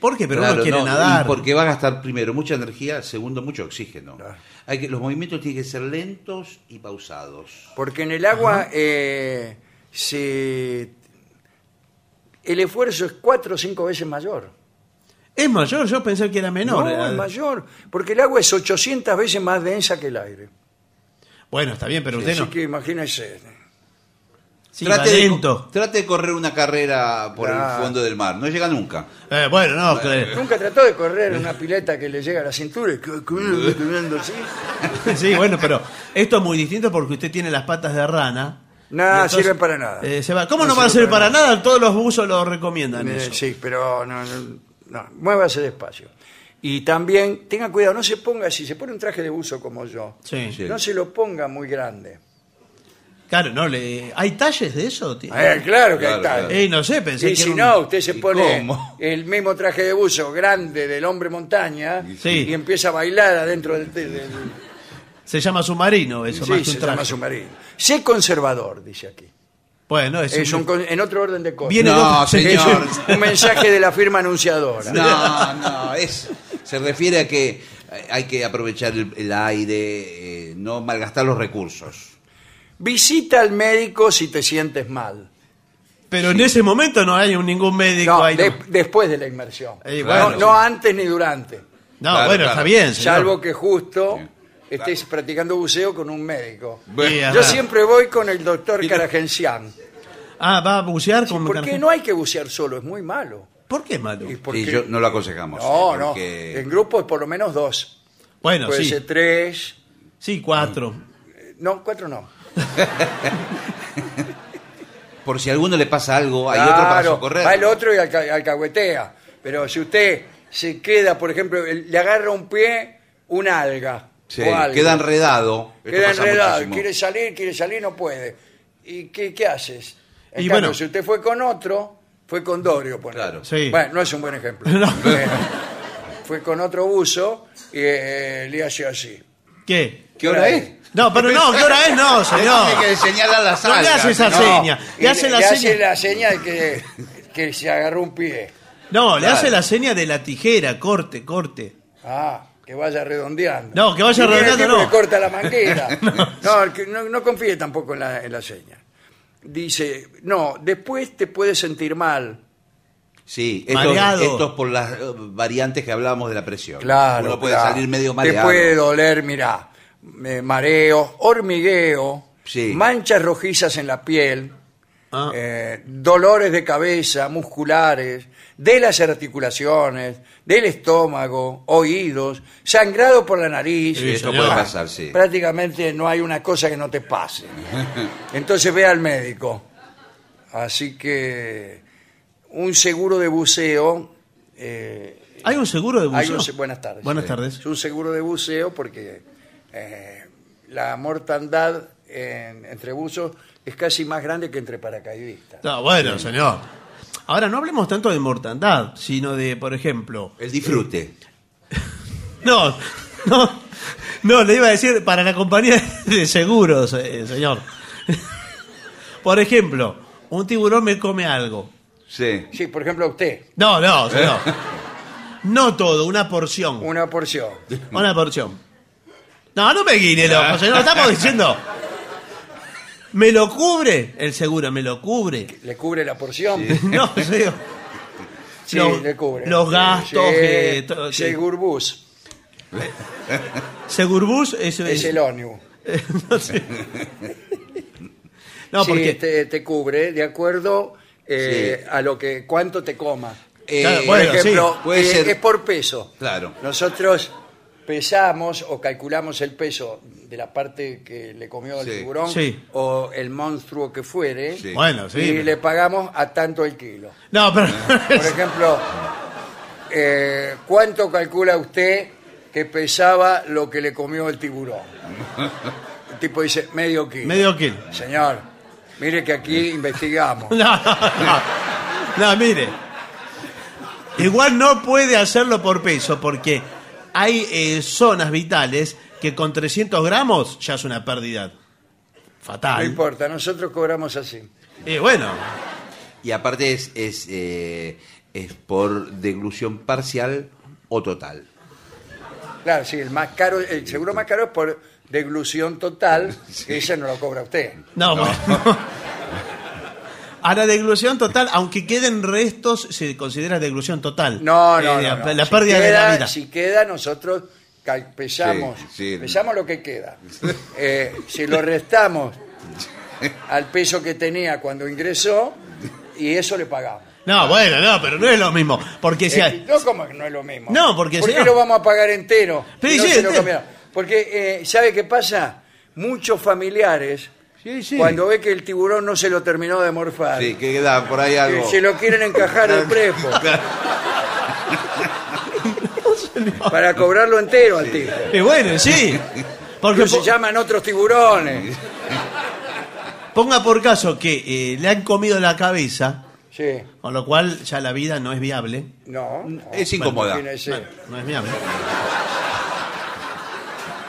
I: ¿Por qué?
A: Pero uno quiere nadar.
C: y porque va a gastar primero mucha energía, segundo mucho oxígeno. Hay que, los movimientos tienen que ser lentos y pausados.
A: Porque en el agua eh, se- el esfuerzo es cuatro o cinco veces mayor.
I: Es mayor, yo pensé que era menor. Eh,
A: no,
I: Era-
A: es mayor. Porque el agua es 800 veces más densa que el aire.
I: Bueno, está bien, pero usted
A: Así
I: no.
A: que imagínese.
I: Sí, va
C: trate, de,
I: lento.
C: co- trate de correr una carrera por
A: Claro.
C: el fondo del mar, no llega nunca.
I: Eh, bueno, no. que-
A: Nunca trató de correr en una pileta que le llega a la cintura y que- que- que- así.
I: sí, bueno, pero esto es muy distinto porque usted tiene las patas de rana.
A: Nada,
I: Y entonces,
A: sirven para nada.
I: eh, se va. ¿Cómo no,
A: No
I: va a
A: sirve
I: ser
A: para
I: para nada? Todos los buzos lo recomiendan.
A: Eh,
I: eso.
A: Sí, pero no, no, no, muévase despacio. Y también tenga cuidado, no se ponga, si se pone un traje de buzo como yo,
I: Sí.
A: no se lo ponga muy grande.
I: Claro, no, le... ¿hay talles de eso? tío?
A: Eh, claro que hay tal.
I: Eh, no sé, pensé
A: y
I: que
A: si
I: era
A: no,
I: un-
A: usted se pone el mismo traje de buzo grande del hombre montaña
I: Sí.
A: y empieza a bailar adentro del... del- del-
I: Se llama submarino eso,
A: sí,
I: más que
A: se
I: un traje.
A: llama submarino. Sé conservador, dice aquí.
I: Bueno, es,
A: Es un con- en otro orden de cosas.
I: Viene No, dos-
A: Es
C: señor.
A: un, un mensaje de la firma anunciadora.
C: No, no, es, se refiere a que hay que aprovechar el, el aire, eh, no malgastar los recursos.
A: Visita al médico si te sientes mal.
I: Pero en ese momento no hay un- ningún médico
A: No,
I: ahí.
A: de-
I: no.
A: después de la inmersión.
I: Eh,
A: no,
I: bueno.
A: no antes ni durante.
I: No, Claro, bueno, claro. está bien, señor.
A: Salvo que justo estés practicando buceo con un médico.
I: Bueno. Sí,
A: Yo
I: ajá.
A: siempre voy con el doctor Karagensian.
I: Ah, va a bucear con...
A: Porque no hay que bucear solo, es muy malo.
I: ¿Por qué es malo?
C: Y yo no lo aconsejamos.
A: No, Eh, no.
C: porque-
A: En grupo es por lo menos dos.
I: Bueno,
A: Puede
I: sí.
A: ser tres.
I: Sí, cuatro.
A: No, cuatro no.
C: Por si a alguno le pasa algo, hay otro para
A: Claro,
C: socorrer.
A: va el otro y alca- alcahuetea. Pero si usted se queda, por ejemplo, el- le agarra un pie, una alga.
C: Sí,
A: o algo.
C: queda enredado. Esto
A: Queda
C: pasa
A: enredado,
C: muchísimo.
A: quiere salir, quiere salir, no puede. ¿Y qué, qué haces? En
I: Y
A: cambio,
I: bueno.
A: si usted fue con otro, fue con Dorio, por claro.
I: Sí.
A: Bueno, no es un buen ejemplo. Eh, fue con otro buzo y eh, le hace así.
I: ¿Qué?
C: ¿Qué hora es?
I: No, pero no, ¿qué hora es? No, señor.
C: Déjame que señala las
I: No le
C: algas,
I: hace esa
C: ¿no?
I: seña.
A: Y
I: Le hace la
A: le
I: seña...
A: hace la seña de que, que se agarró un pie.
I: No, le
A: Claro.
I: hace la seña de la tijera, corte, corte.
A: Ah, que vaya redondeando.
I: No, que vaya
A: Y viene el
I: redondeando,
A: tipo
I: no.
A: que corta la manguera. no, el que- no, no confíe tampoco en la, en la seña. Dice, no, después te puedes sentir mal.
C: Sí, esto,
A: Mareado.
C: esto es por las eh, variantes que hablábamos de la presión.
A: Claro.
C: Uno puede
A: claro.
C: salir medio mareado.
A: Te puede doler, mirá, eh, mareo, hormigueo, manchas rojizas en la piel,
I: Ah.
A: eh, dolores de cabeza, musculares, de las articulaciones, del estómago, oídos, sangrado por la nariz.
C: Sí, eso puede pasar, sí.
A: Prácticamente no hay una cosa que no te pase. Entonces ve al médico. Así que un seguro de buceo. eh,
I: ¿Hay un seguro de buceo?
A: hay un se- buenas tardes.
I: Buenas tardes.
A: Es un seguro de buceo porque eh, la mortandad en- entre buzos es casi más grande que entre paracaidistas.
I: No, bueno,
A: Sí.
I: señor. Ahora, no hablemos tanto de mortandad, sino de, por ejemplo...
C: El disfrute.
I: No, no, no, le iba a decir para la compañía de seguros, eh, señor. Por ejemplo, un tiburón me come algo.
C: Sí.
A: Sí, por ejemplo, usted,
I: No, no, señor. No todo, una porción.
A: una porción.
I: Una porción. No, no me guíe, loco, señor. Estamos diciendo ¿Me lo cubre? El seguro, ¿me lo cubre?
A: Le cubre la porción.
I: No, sí.
A: Sí,
I: Los-
A: le cubre.
I: los gastos,
A: Sí,
I: eh, todo, sí.
A: Segurbus.
I: Segurbus es,
A: Es el ónibus.
I: no sé. No,
A: Sí, este-
I: porque-
A: te, te cubre de acuerdo eh, a lo que cuánto te comas.
C: Eh,
A: Claro,
C: bueno,
A: por ejemplo,
C: sí, puede
A: eh,
C: ser-
A: es por peso.
C: Claro.
A: Nosotros pesamos o calculamos el peso de la parte que le comió el
C: Sí.
A: tiburón
I: Sí.
A: o el monstruo que fuere
I: Sí. Bueno, sí,
A: y
I: pero-
A: le pagamos a tanto el kilo.
I: No, pero.
A: Ah, Por ejemplo, eh, ¿cuánto calcula usted que pesaba lo que le comió el tiburón? El tipo dice, medio kilo.
I: Medio kilo.
A: Señor, mire que aquí investigamos.
I: No, no, no. No, mire. Igual no puede hacerlo por peso, porque hay eh, zonas vitales que con 300 gramos ya es una pérdida
A: No
I: fatal.
A: importa, nosotros cobramos así.
I: Y bueno,
C: Y aparte es, es, eh, es por deglución parcial o total.
A: Claro, sí, el más caro, el seguro más caro es por deglución total, que ese no lo cobra usted.
I: no, bueno. A la deglución total, aunque queden restos, se considera deglución total.
A: No, no, no,
I: Eh, la,
A: no.
I: la
A: Si
I: pérdida de la
A: queda-
I: vida.
A: Si queda, nosotros cal- pesamos,
C: Sí, sí.
A: pesamos lo que queda. Eh, si lo restamos al peso que tenía cuando ingresó, y eso le pagamos.
I: No, bueno, no, pero no es lo mismo. Porque si
A: Eh,
I: hay-
A: no, como que no es lo mismo.
I: No, porque
A: ¿Por
I: si
A: qué
I: no-
A: lo vamos a pagar entero?
I: Pero
A: Y no
I: sí,
A: se lo
I: entero.
A: cambiaron. Porque, eh, ¿sabe qué pasa? Muchos familiares, cuando ve que el tiburón no se lo terminó de morfar,
C: Sí, que queda por ahí
A: que
C: algo.
A: se lo quieren encajar al prepo para cobrarlo entero al tipo.
I: Y Eh, bueno, sí. Porque
A: Porque Eh. se
I: po-
A: llaman otros tiburones.
I: ponga por caso que eh, le han comido la cabeza,
A: Sí,
I: con lo cual ya la vida no es viable.
A: no. no.
C: Es incómoda.
A: Imagínese.
I: No es viable.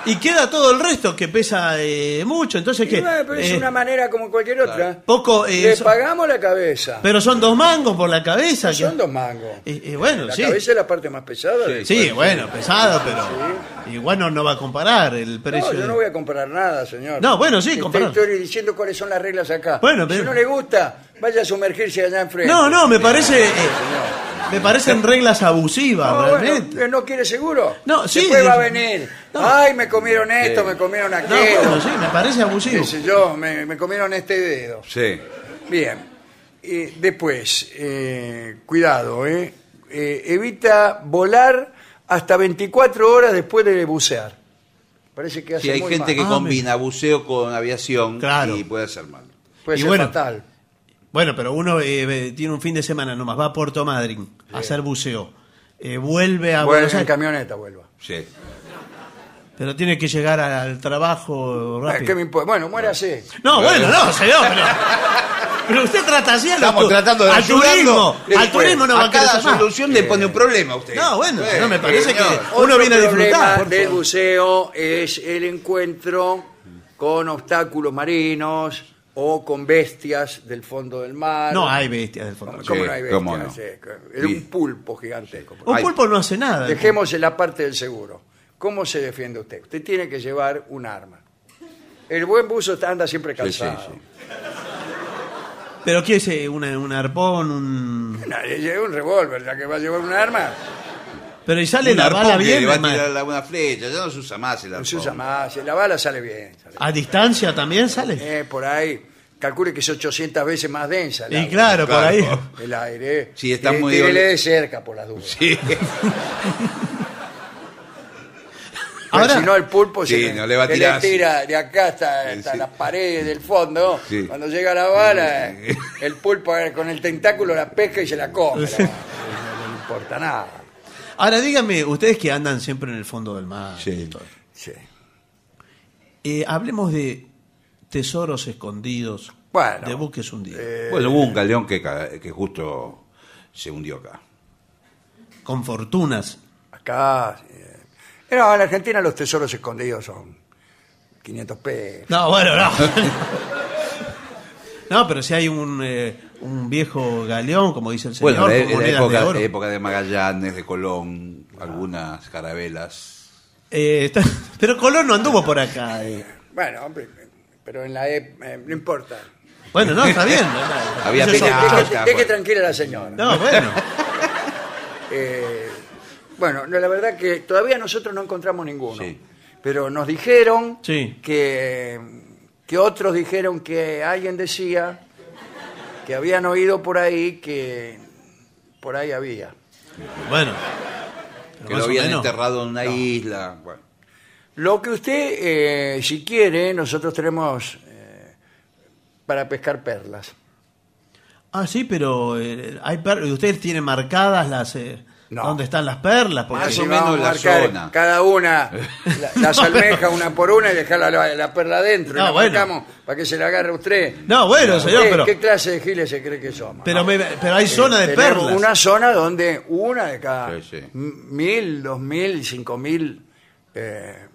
I: Y queda todo el resto que pesa eh, mucho, entonces
A: Y
I: que eh,
A: bueno, pero es una manera como cualquier otra.
I: poco eh,
A: Le
I: son-
A: pagamos la cabeza.
I: pero son dos mangos por la cabeza. que-
A: Son dos mangos.
I: Y, y bueno,
A: La
I: sí.
A: cabeza es la parte más pesada. del
I: Sí,
A: cuerpo.
I: bueno, pesado, pero igual no, no va a comparar el precio.
A: No, yo
I: de-
A: no voy a comprar nada, señor.
I: No, bueno, sí,
A: Te
I: comprar.
A: Estoy diciendo cuáles son las reglas acá.
I: Bueno, pero-
A: Si no le gusta, vaya a sumergirse allá enfrente.
I: no, no, me parece eh,
A: Señor.
I: me parecen reglas abusivas,
A: No,
I: Ah, realmente.
A: bueno, eh, ¿No quiere seguro?
I: No, sí,
A: Después
I: de-
A: va a venir. Ay, me comieron esto,
C: Sí.
A: me comieron
I: No,
A: aquello.
I: bueno, sí, me parece
A: qué
I: abusivo.
A: sé yo, me, me comieron este dedo.
C: Sí.
A: Bien. Eh, después, eh, cuidado, eh. Eh, Evita volar hasta 24 horas después de bucear. Parece que hace
C: Sí, hay
A: muy
C: gente
A: mal.
C: que
I: Ah,
C: combina buceo con aviación
I: Claro.
C: y puede hacer mal.
A: Puede
I: y
A: ser
I: bueno.
A: fatal.
I: Bueno, pero uno eh, ve- tiene un fin de semana nomás, va a Puerto Madryn a hacer buceo, eh, vuelve a
A: Bueno,
I: Buenos
A: en
I: Aires,
A: camioneta vuelva.
C: Sí.
I: pero tiene que llegar al trabajo
A: Eh, ¿qué
I: rápido.
A: me impo- bueno, muérase.
I: No, bueno, no, señor, pero, pero usted trata así a los
C: Estamos
I: tu-
C: tratando de
I: al turismo,
C: ayudarlo.
I: al turismo no va a
C: a cada
I: querer más.
C: solución le pone un problema a usted.
I: No, bueno,
C: Sí,
I: no, me parece que
C: señor.
I: uno
A: Otro
I: viene a
A: problema
I: disfrutar. por
A: del
I: favor.
A: buceo es el encuentro con obstáculos marinos o con bestias del fondo del mar.
I: No hay bestias del fondo.
A: ¿Cómo,
C: Sí,
A: no hay bestias?
C: cómo no.
A: Sí, Era un pulpo gigantesco.
I: Un
C: Ay.
I: pulpo no hace nada.
A: Dejemos en la parte del seguro. ¿Cómo se defiende usted? Usted tiene que llevar un arma. El buen buzo anda siempre
C: Sí, sí,
A: calzado.
C: sí.
I: Pero ¿qué es eh, una- un arpón? Un...
A: Nadie lleva un revólver, ya que va a llevar un arma.
I: Pero ¿y sale
C: Un
I: la
C: arpón
I: bala
C: que
I: bien?
C: le va a
I: además?
C: tirar la- una flecha, ya no se usa más el arpón.
A: No se usa más, la bala sale bien. sale
I: ¿A distancia también sale?
A: Eh, por ahí, calcule que es 800 veces más densa. el
I: y
A: aire.
I: claro, por
C: claro.
I: ahí.
A: El aire.
C: Sí, está muy-
A: Tírele de cerca por las dudas.
C: Sí.
A: Porque
I: Ahora-
A: si no, el pulpo
C: Sí,
A: se
C: no le va a
A: se
C: tirar así.
A: tira de acá hasta, hasta
C: Sí.
A: las paredes del fondo.
C: Sí.
A: Cuando llega la bala, el pulpo eh, con el tentáculo la pesca y se la come. la bala. No, le importa nada.
I: Ahora díganme, ustedes que andan siempre en el fondo del mar.
C: Sí.
A: Sí.
I: Eh, hablemos de tesoros escondidos,
A: Bueno,
I: de buques hundidos,
C: Bueno, hubo un galeón que, ca- que justo se hundió acá.
I: con fortunas.
A: Acá. eh, no, en la Argentina los tesoros escondidos son 500 pesos.
I: No, bueno, no. no, pero si hay un, eh, un viejo galeón, como dice el señor,
C: Bueno, de-
I: con
C: en
I: monedas
C: la época
I: de
C: de,
I: oro.
C: época de Magallanes, de Colón, algunas carabelas.
I: Eh, está- pero Colón no anduvo por acá. eh.
A: Bueno, hombre, pero, pero en la E- eh, no importa.
I: Bueno, no, está bien. no, no.
C: Había
I: Eso es
C: pena.
I: otra
C: Ah,
I: cosa.
C: está
A: Deje
C: bueno.
A: tranquila a la señora.
I: No, bueno.
A: Eh, bueno, no, la verdad que todavía nosotros no encontramos ninguno. Pero nos dijeron que, que otros dijeron que alguien decía que habían oído por ahí que por ahí había.
B: Bueno.
C: Que
A: más
C: lo
A: o
C: habían
A: menos.
C: enterrado en una isla. Bueno.
A: Lo que usted, eh, si quiere, nosotros tenemos eh, para pescar perlas.
I: Ah, sí, pero eh, hay per- ustedes tienen marcadas las eh, dónde están las perlas. Porque...
A: Así vamos a marcar Cada una, la- las
I: No, pero-
A: almejas una por una y dejar la, la- la perla adentro.
I: No,
A: y la
I: bueno.
A: marcamos para que se la agarre usted.
I: No, bueno, señor,
C: Eh,
A: ¿Qué-
I: pero-
A: ¿Qué clase de giles se cree que somos?
I: Pero, me- pero hay
A: Eh,
I: zona de
A: tenemos
I: perlas.
A: Una zona donde una de cada m- mil, dos mil, cinco mil eh,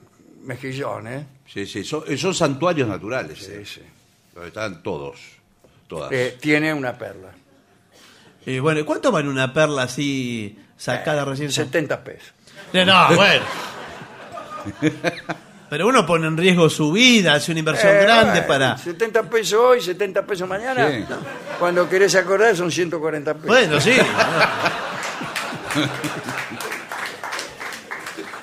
A: mejillones.
C: Sí, sí, son, son santuarios naturales. Sí, sí. Donde están todos. Todas.
A: Eh, tiene una perla.
I: Y bueno, ¿y ¿cuánto vale una perla así sacada recién?
A: 70 pesos.
I: No, no, bueno. Pero uno pone en riesgo su vida, hace una inversión
A: Eh,
I: grande
A: bueno,
I: para...
A: 70 pesos hoy, 70 pesos mañana.
I: Sí.
A: Cuando querés acordar son 140 pesos.
I: Bueno, sí.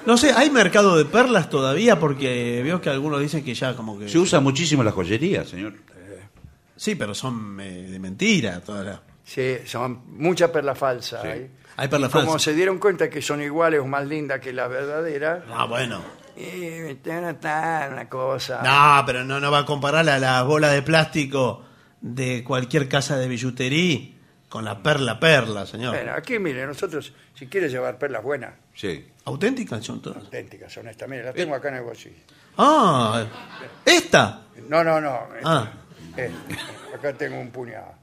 I: No sé, ¿hay mercado de perlas todavía? Porque veo que algunos dicen que ya como que...
C: Se usa muchísimo la joyería, señor.
I: Sí, pero son eh, de mentira todas las...
A: Sí, son mucha perla falsa. Hay,
I: Hay perla
A: Y como
I: falsa.
A: se dieron cuenta que son iguales o más lindas que las verdaderas.
I: Ah, bueno.
A: Y te van a dar una cosa.
I: No, pero no, no va a comparar a las bolas de plástico de cualquier casa de billutería con la perla perla, señor.
A: Bueno, aquí, mire, nosotros, si quieres llevar perlas buenas,
C: Sí.
I: Auténticas son todas.
A: auténticas, honestas, mire, las tengo acá en el bolsillo.
I: Ah, esta.
A: No, no, no.
I: Ah.
A: eh, acá tengo un puñado.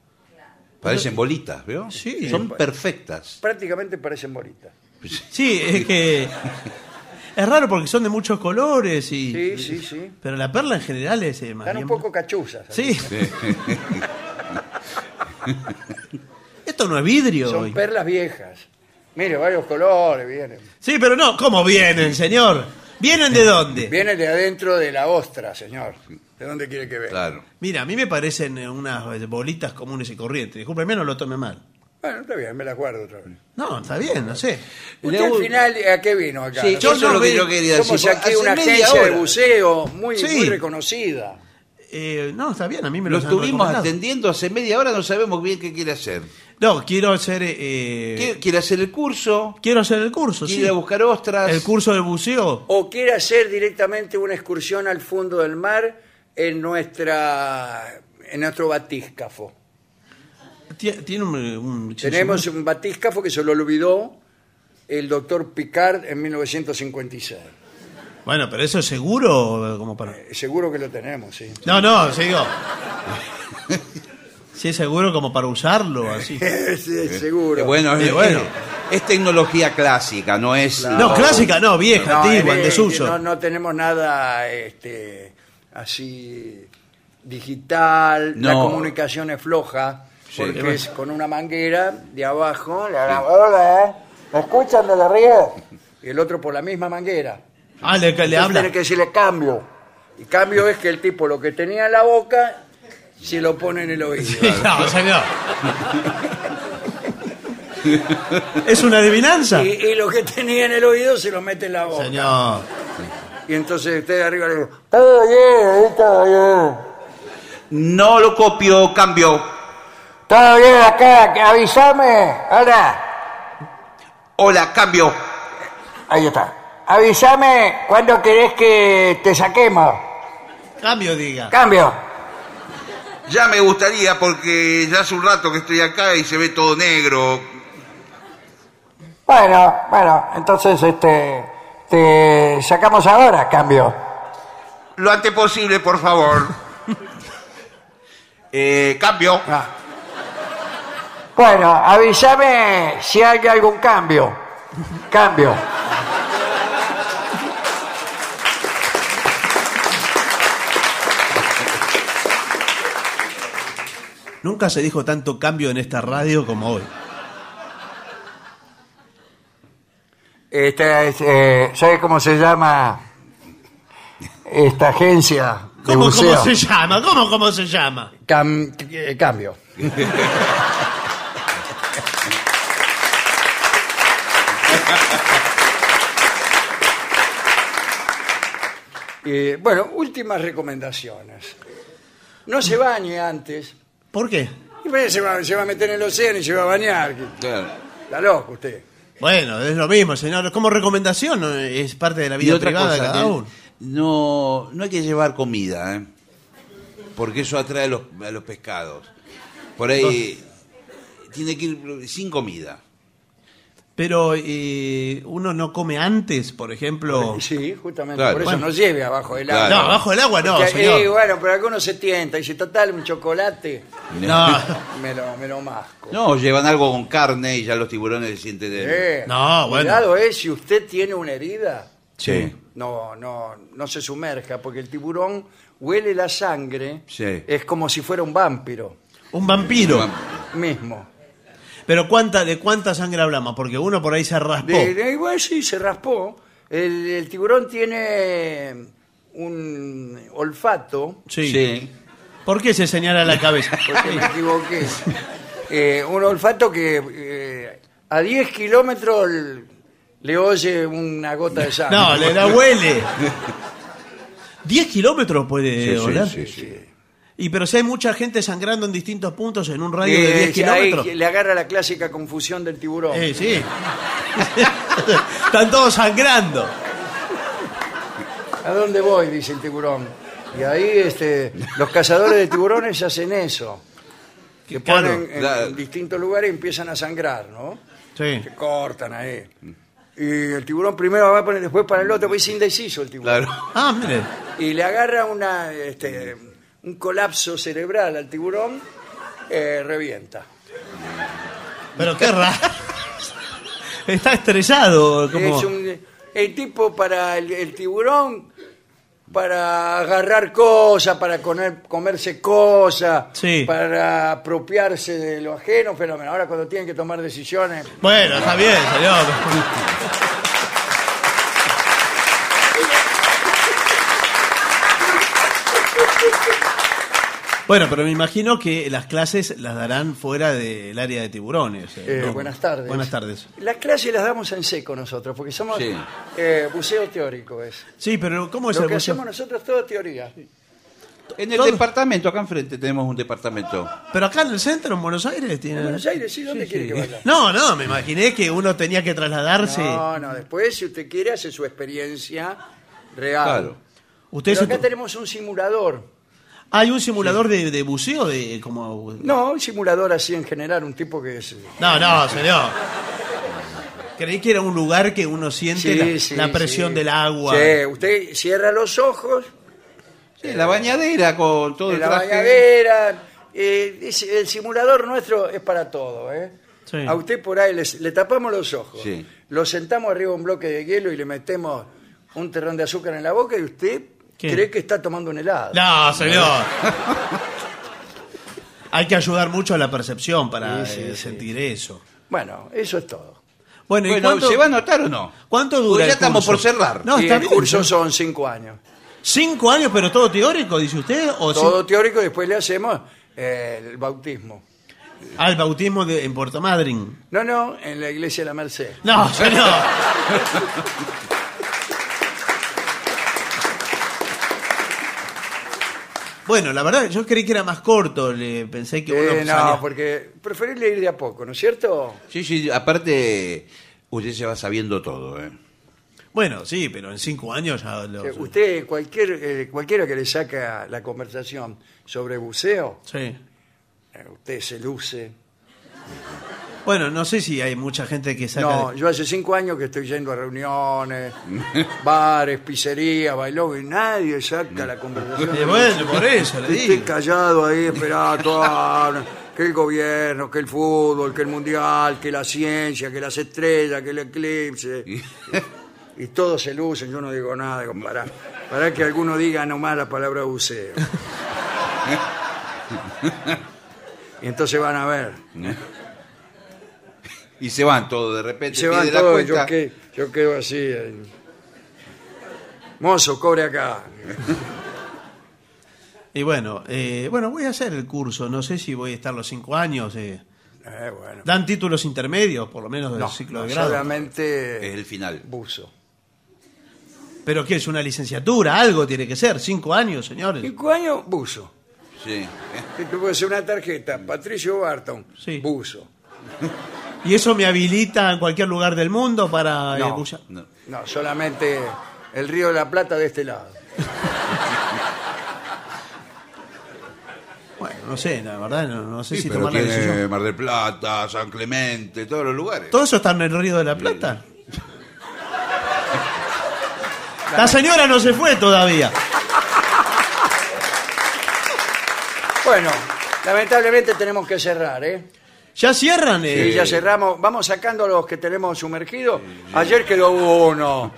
C: Parecen bolitas, ¿veo? Sí. Son perfectas.
A: Prácticamente parecen bolitas.
I: Sí, es que es raro porque son de muchos colores y
A: Sí, sí, sí.
I: pero la perla en general es eh, más
A: Están un
I: bien-
A: poco cachuzas.
I: Sí. Esto no es vidrio.
A: Son
I: hoy.
A: perlas viejas. Mire, varios colores vienen.
I: Sí, pero no, ¿cómo vienen, señor? ¿Vienen de dónde?
A: Vienen de adentro de la ostra, señor. ¿De dónde quiere que vea?
C: Claro.
I: Mira, a mí me parecen eh, unas eh, bolitas comunes y corrientes. Discúlpeme, no lo tome mal.
A: Bueno, está bien, me las guardo otra vez.
I: No, está bien, no sé.
A: Usted al final, ¿a qué vino acá?
I: Sí, yo
A: Nosotros
I: eso es lo que yo quería
A: Somos
I: decir.
A: aquí
I: Hace
A: una
I: media
A: agencia de
I: hora.
A: buceo muy,
I: Sí.
A: muy reconocida.
I: Eh, no, está bien, a mí me
C: Lo
I: los han
C: estuvimos
I: recomendado.
C: atendiendo hace media hora, no sabemos bien qué quiere hacer.
I: No, quiero hacer. eh,
C: Quiere, quiere hacer el curso,
I: Quiero hacer el curso,
C: quiere
I: sí.
C: ir a buscar ostras.
I: El curso de buceo.
A: O quiere hacer directamente una excursión al fondo del mar en nuestra en nuestro batíscafo.
I: Tie- Tiene un. un-
A: Tenemos un batíscafo que se lo olvidó el doctor Picard en 1956.
I: Bueno, pero eso es seguro, eh, como para.
A: Seguro que lo tenemos, sí.
I: No, no, sigo. Sí, es seguro como para usarlo, así.
A: Sí, seguro.
C: Eh, bueno,
I: Eh,
C: es,
I: bueno.
C: es tecnología clásica, no es.
I: No, clásica no, vieja, antigua, en
A: eh,
I: desuso.
A: No, no tenemos nada este, así digital, la
C: No.
A: comunicación es floja,
C: Sí.
A: porque
C: Bueno.
A: es con una manguera de abajo, le hagan, hola, ¿eh? ¿me escuchan de la red? Y el otro por la misma manguera.
I: Ah, le, le
A: Entonces
I: habla.
A: Tiene que decirle cambio. Y cambio es que el tipo lo que tenía en la boca se lo pone en el oído.
I: No, señor. ¿Es una adivinanza?
A: Y, y lo que tenía en el oído se lo mete en la boca.
I: Señor.
A: Y entonces usted arriba le dice, todo bien, ahí todo bien.
C: No lo copio, cambio.
A: Todo bien acá, que avísame. Ahora,
C: Hola, cambio.
A: ahí está. Avísame cuando querés que te saquemos.
I: Cambio, diga.
A: Cambio.
C: Ya me gustaría porque ya hace un rato que estoy acá y se ve todo negro.
A: Bueno, bueno, entonces este te sacamos ahora, cambio.
C: Lo antes posible, por favor. Eh, cambio.
I: Ah.
A: Bueno, avísame si hay algún cambio. Cambio.
I: Nunca se dijo tanto cambio en esta radio como hoy.
A: Esta es, eh, ¿sabe cómo se llama esta agencia? de
I: ¿Cómo,
A: buceo.
I: cómo se llama? ¿Cómo, cómo se llama?
A: Cam- eh, cambio. Eh, bueno, últimas recomendaciones. No se bañe antes.
I: ¿Por qué?
A: Y ve, Se va, se va a meter en el océano y se va a bañar. Está loco usted.
I: Bueno, es lo mismo, señor. Como recomendación, ¿no? es parte de la
C: Y
I: vida
C: otra
I: privada de
C: cosa,
A: ¿eh?
I: cada
C: que
I: uno.
C: no, no hay que llevar comida, ¿eh? porque eso atrae a los, a los pescados. Por ahí tiene que ir sin comida.
I: Pero eh, uno no come antes, por ejemplo.
A: Sí, justamente.
I: Claro.
A: Por eso
I: Bueno.
A: no lleve abajo del agua.
I: Claro. No, abajo del agua no,
A: Porque,
I: señor.
A: eh, bueno, pero algunos se tienta y dice, total, un chocolate.
C: No.
A: Me lo, me lo masco.
C: No, llevan algo con carne y ya los tiburones se sienten...
A: Eh,
C: de-
A: Cuidado es, si usted tiene una herida,
C: Sí,
A: no, no, no se sumerja, porque el tiburón huele la sangre.
C: sí.
A: Es como si fuera un vampiro
I: Un vampiro.
A: mismo.
I: Oh. Pero cuánta, ¿de cuánta sangre hablamos? Porque uno por ahí se raspó.
A: De- de- igual sí, se raspó. El, el tiburón tiene un olfato.
I: Sí. ¿Por qué se señala la cabeza?
A: Porque me equivoqué. Eh, un olfato que eh, a 10 kilómetros l- le oye una gota de sangre.
I: No, le la huele. 10 kilómetros puede oler. Y pero si hay mucha gente sangrando en distintos puntos en un radio de
A: Eh,
I: 10
A: sí, ahí
I: kilómetros.
A: le agarra la clásica confusión del tiburón.
I: Eh, sí. Están todos sangrando.
A: ¿A dónde voy? Dice el tiburón. Y ahí este, los cazadores de tiburones hacen eso. Que
I: claro,
A: ponen en,
I: la-
A: en distintos lugares y empiezan a sangrar, ¿no?
I: Sí.
A: Se cortan ahí. Y el tiburón primero va a poner después para el otro, pues es indeciso el tiburón.
I: Ah, mire.
A: Y le agarra una, este, un colapso cerebral al tiburón, eh, revienta.
I: Pero qué raro. Está estresado. Como...
A: Es un- el tipo para el, el tiburón, para agarrar cosas, para comer- comerse cosas,
I: Sí.
A: para apropiarse de lo ajeno, fenómeno. Ahora cuando tienen que tomar decisiones,
I: Bueno, está bien, señor. Bueno, pero me imagino que las clases las darán fuera del área de tiburones.
A: Eh, buenas tardes.
I: Buenas tardes.
A: las clases las damos en seco nosotros, porque somos
I: Sí.
A: eh, buceo teórico. Es.
I: Sí, pero ¿cómo es
A: Lo
I: el
A: que
I: buceo?
A: hacemos nosotros es todo teoría.
C: En el departamento, acá enfrente tenemos un departamento.
I: Pero acá en el centro, en Buenos Aires, tiene.
A: En Buenos Aires, sí, ¿dónde quiere que vaya?
I: No, no, me imaginé que uno tenía que trasladarse.
A: No, no, después si usted quiere hace su experiencia real.
I: Claro. Usted
A: Pero
I: se-
A: acá tenemos un simulador.
I: Hay un simulador de, de buceo de como.
A: No, un simulador así en general, un tipo que es...
I: No, no, señor. Creí que era un lugar que uno siente
A: Sí,
I: la,
A: sí,
I: la presión
A: sí.
I: del agua.
A: Sí, usted cierra los ojos,
C: Sí, la bañadera con todo
A: en
C: el
A: la
C: traje.
A: bañadera. eh, es- el simulador nuestro es para todo, ¿eh?
C: Sí.
A: A usted por ahí les- le tapamos los ojos,
C: Sí.
A: lo sentamos arriba de un bloque de hielo y le metemos un terrón de azúcar en la boca y usted
I: ¿Qué?
A: cree que está tomando un helado.
I: No, señor. Hay que ayudar mucho a la percepción para
A: Sí, sí,
I: eh,
A: sí.
I: sentir eso.
A: Bueno, eso es todo.
I: Bueno, ¿y
C: Bueno,
I: cuánto-
C: ¿se va a anotar o no?
I: ¿Cuánto dura?
C: Pues
I: el
C: ya estamos
I: curso?
C: por cerrar.
I: No,
A: Y
I: está
A: el
I: bien.
A: curso son cinco años.
I: Cinco años, pero todo teórico, dice usted. O
A: Todo teórico, después le hacemos eh, el bautismo.
I: sí- Ah, el bautismo de- en Puerto Madryn.
A: No, no, en la iglesia de la Merced.
I: No, señor. bueno, la verdad, yo creí que era más corto. Le pensé que uno
A: Eh,
I: salía-
A: no, porque preferible ir de a poco, ¿no es cierto?
C: Sí, sí, aparte usted se va sabiendo todo, ¿eh?
I: Bueno, sí, pero en cinco años ya lo...
A: Eh, Usted, cualquier, eh, cualquiera que le saca la conversación sobre buceo,
I: Sí.
A: eh, usted se luce.
I: Bueno, no sé si hay mucha gente que saca...
A: No,
I: de-
A: yo hace cinco años que estoy yendo a reuniones, bares, pizzerías, bailó y nadie saca la conversación.
I: Eh, bueno, por eso le
A: Estoy
I: digo.
A: callado ahí, esperando ah, que el gobierno, que el fútbol, que el mundial, que la ciencia, que las estrellas, que el eclipse. Y todos se lucen, yo no digo nada, digo, para, para que alguno diga nomás la palabra buceo. Y entonces van a ver.
C: Y se van todos de repente.
A: Se
C: pide
A: van
C: la
A: todos, yo,
C: cuenta.
A: que- yo quedo así. eh. Mozo, cobre acá.
I: Y bueno, eh, bueno, voy a hacer el curso. No sé si voy a estar los cinco años. eh.
A: Eh, bueno.
I: Dan títulos intermedios, por lo menos del
A: No,
I: ciclo
A: no,
I: de grado.
A: solamente
C: el final.
A: Buzo.
I: Pero que es una licenciatura, algo tiene que ser. Cinco años, señores.
A: Cinco años, buzo.
C: Sí.
A: Que tú puedes hacer una tarjeta, Patricio Barton, buzo.
I: ¿Y eso me habilita en cualquier lugar del mundo para eh,
A: No.
I: bulla-
A: No, solamente el Río de la Plata de este lado.
I: Bueno, no sé, la verdad, no, no sé
C: Sí,
I: si
C: pero
I: tomar la
C: tiene
I: decisión.
C: Mar del Plata, San Clemente, todos los lugares.
I: ¿Todo eso está en el Río de la Plata? La señora no se fue todavía.
A: Bueno, lamentablemente tenemos que cerrar, ¿eh?
I: ¿Ya cierran? eh?
A: Sí, ya cerramos. Vamos sacando los que tenemos sumergidos. Ayer quedó uno.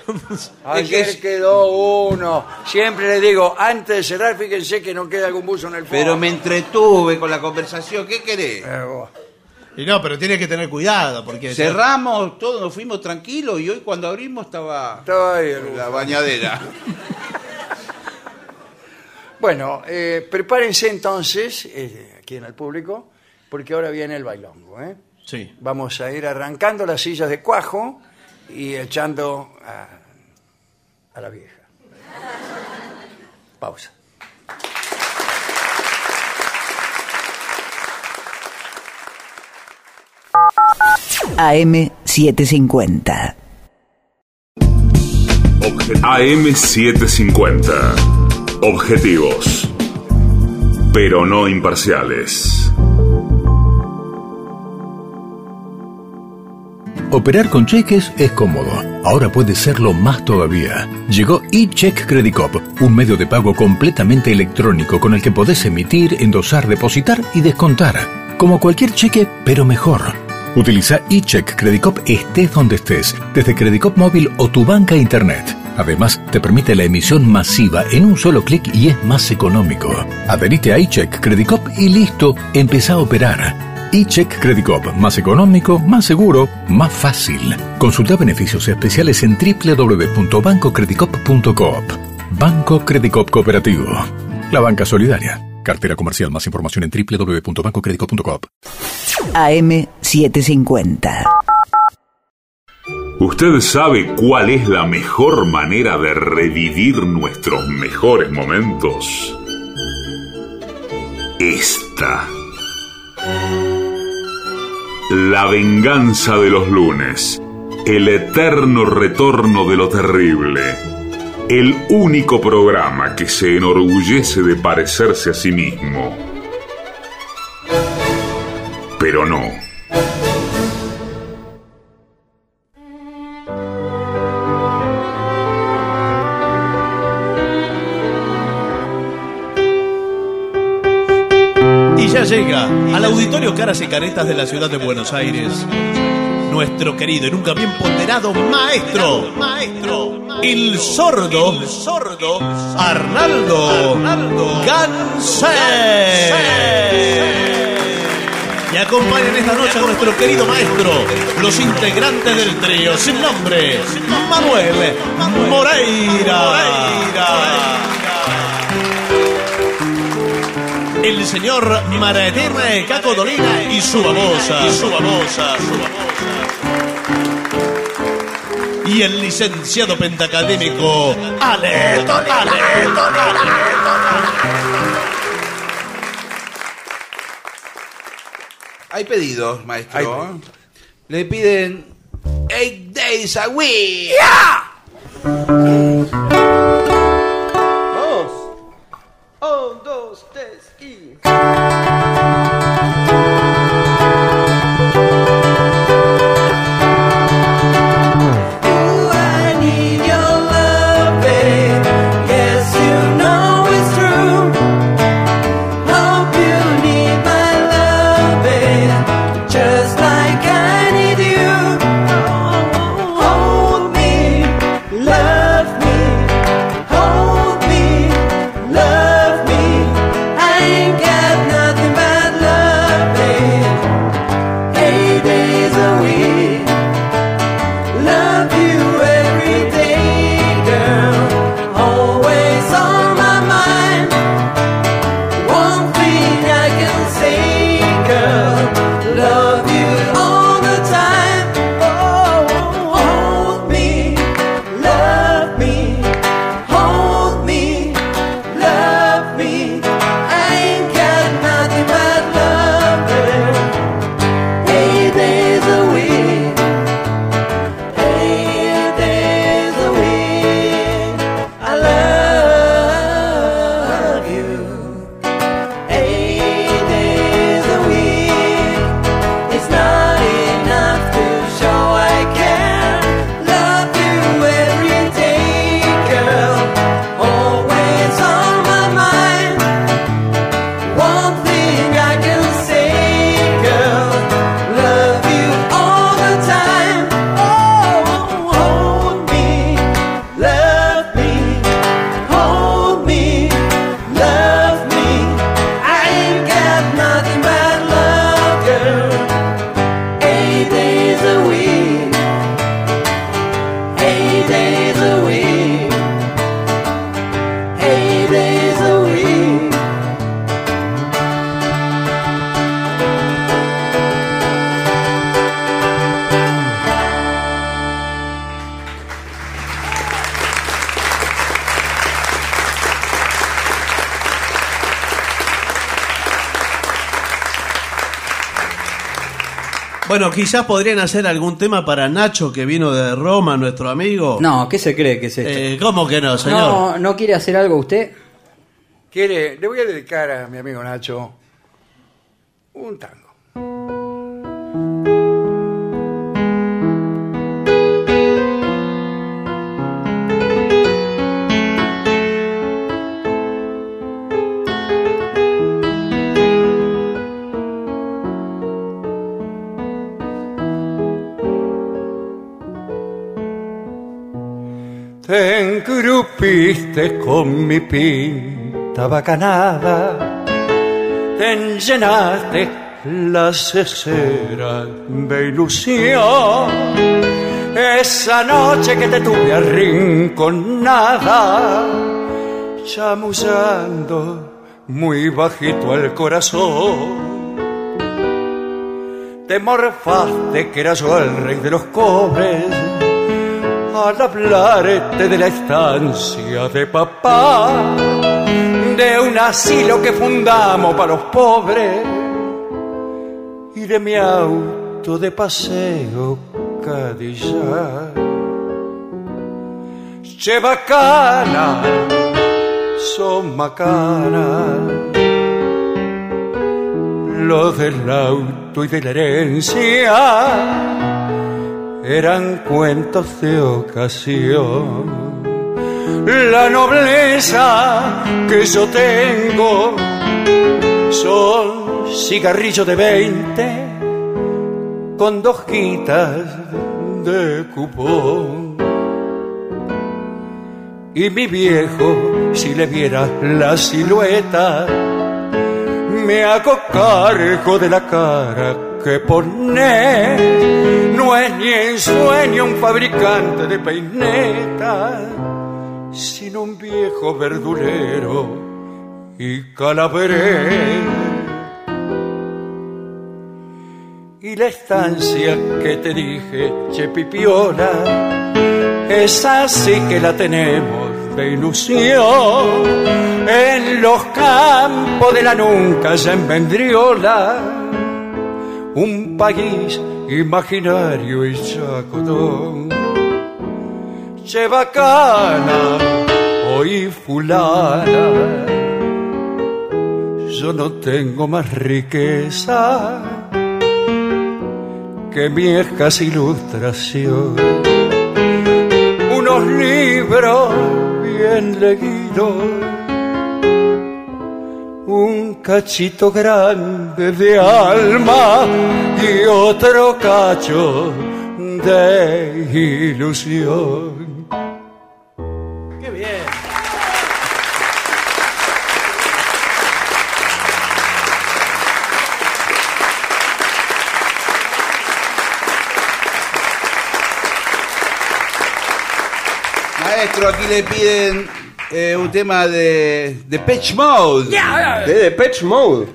A: Ayer quedó uno. Siempre les digo, antes de cerrar, fíjense que no queda algún buzo en el fondo. Eh,
C: Pero me entretuve con la conversación. ¿Qué querés?
I: Eh, Y no, pero tiene que tener cuidado porque...
C: Cerramos todo, nos fuimos tranquilos y hoy cuando abrimos estaba,
A: estaba ahí el-
C: la bañadera.
A: Bueno, eh, prepárense entonces, eh, aquí en el público, porque ahora viene el bailongo. ¿eh?
I: Sí.
A: Vamos a ir arrancando las sillas de cuajo y echando a, a la vieja. Pausa.
G: AM750.
H: AM750. Objetivos. Pero no imparciales.
F: Operar con cheques es cómodo. Ahora puede serlo más todavía. Llegó eCheck Credit Cop, un medio de pago completamente electrónico con el que podés emitir, endosar, depositar y descontar. Como cualquier cheque, pero mejor. Utiliza eCheck Credit Cop estés donde estés, desde Credit Cop móvil o tu banca internet. Además, te permite la emisión masiva en un solo clic y es más económico. Adherite a eCheck Credit Cop y listo, empezá a operar. eCheck Credit Cop, más económico, más seguro, más fácil. Consulta beneficios especiales en www.bancocreditcop.coop. Banco Credit Cop Cooperativo. La banca solidaria. Cartera comercial. Más información en www.bancocreditcop.coop.
G: AM750.
H: ¿Usted sabe cuál es la mejor manera de revivir nuestros mejores momentos? Esta. La venganza de los lunes. El eterno retorno de lo terrible. El único programa que se enorgullece de parecerse a sí mismo. Pero no.
I: Y ya llega al auditorio Caras y Caretas de la ciudad de Buenos Aires. Nuestro querido y nunca bien ponderado maestro, maestro, el sordo, sordo, Arnaldo, Gansé. Y acompañan esta noche a nuestro querido maestro, los integrantes del trío sin nombre, Manuel Moreira. El señor Mara Eterna de Caco Dolina y su babosa. Y su babosa. Y el licenciado pentacadémico Ale
C: Hay pedidos, maestro. Le piden eight days a week.
L: Vamos. Un, dos, tres y. Just like I need you, hold me, love me.
E: Oh, Oh,
M: Bueno, quizás podrían hacer algún tema para Nacho, que vino de Roma, nuestro amigo.
N: No, ¿qué se cree que es esto?
M: Eh, ¿Cómo que no, señor?
N: No, ¿no quiere hacer algo usted?
A: Quiere, le voy a dedicar a mi amigo Nacho un tango.
E: Te engrupiste con mi pinta bacanada, te llenaste la cesera de ilusión. Esa noche que te tuve arrinconada, chamusando muy bajito al corazón. Te morfaste que era yo el rey de los cobres al hablarte de la estancia de papá, de un asilo que fundamos para los pobres y de mi auto de paseo Cadillac. Che bacana, son macana, lo del auto y de la herencia eran cuentos de ocasión. La nobleza que yo tengo son cigarrillos de veinte con dos quitas de cupón. Y mi viejo, si le viera la silueta, me hago cargo de la cara que pone no es ni en sueño un fabricante de peinetas, sino un viejo verdulero y calaverero. Y la estancia que te dije, Chepipiola, esa sí que la tenemos de ilusión. En los campos de la nunca se vendriola un país imaginario y chacotón. Che bacana, hoy fulana, yo no tengo más riqueza que viejas ilustración. Unos libros bien leídos, un cachito grande de alma y otro cacho de ilusión.
O: Qué bien.
C: Maestro, aquí le piden eh, un tema de de Depeche Mode.
P: De Depeche Mode.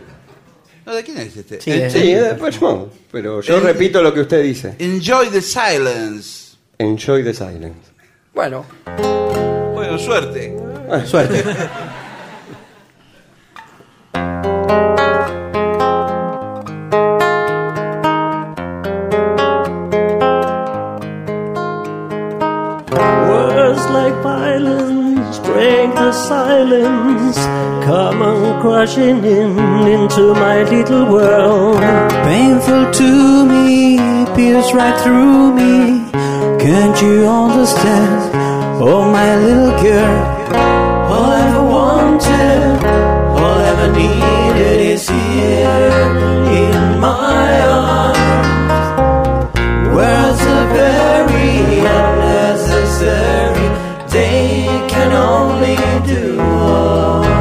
C: No, ¿de quién es este?
P: Sí, es de Depeche Mode. Pero yo repito lo que usted dice.
C: Enjoy the silence.
P: Enjoy the silence.
A: Bueno.
C: Bueno, suerte.
P: Suerte.
I: Words like violence break the silence. Come on crashing in into my little world. Painful to me, pierce right through me. Can't you understand? Oh, my little girl. All I ever wanted, all I ever needed is here in my arms. Words are very unnecessary. They can only do one.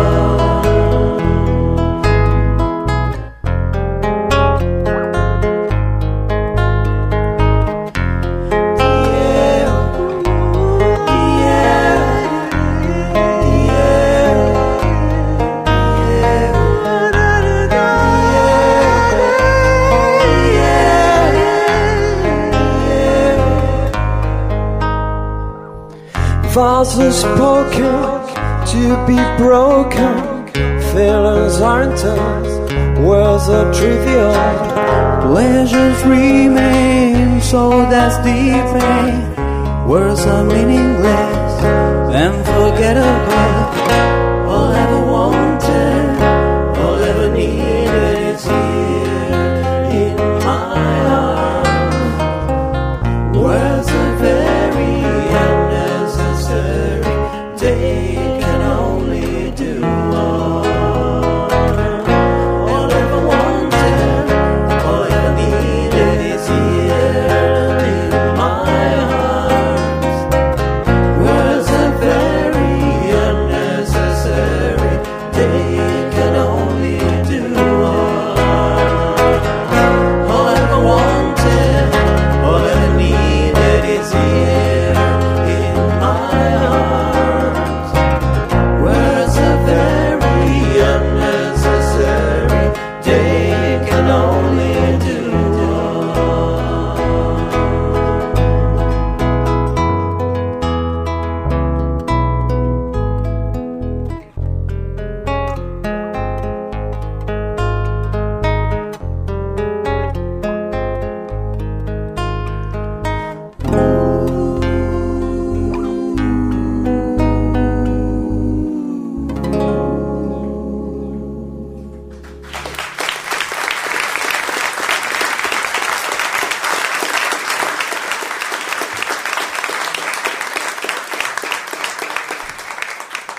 I: Vows spoken to be broken. Feelings aren't us
E: words are trivial. Pleasures remain, so that's the pain. Words are meaningless and forgettable. All I ever wanted, all I ever needed is here in my arms. Words are very unnecessary. They can only do harm. All I ever wanted, all I ever needed is here in my arms. Words are very unnecessary. They can only do harm. All I ever wanted, all I ever needed is here in my arms. Words are very unnecessary. They can only do harm.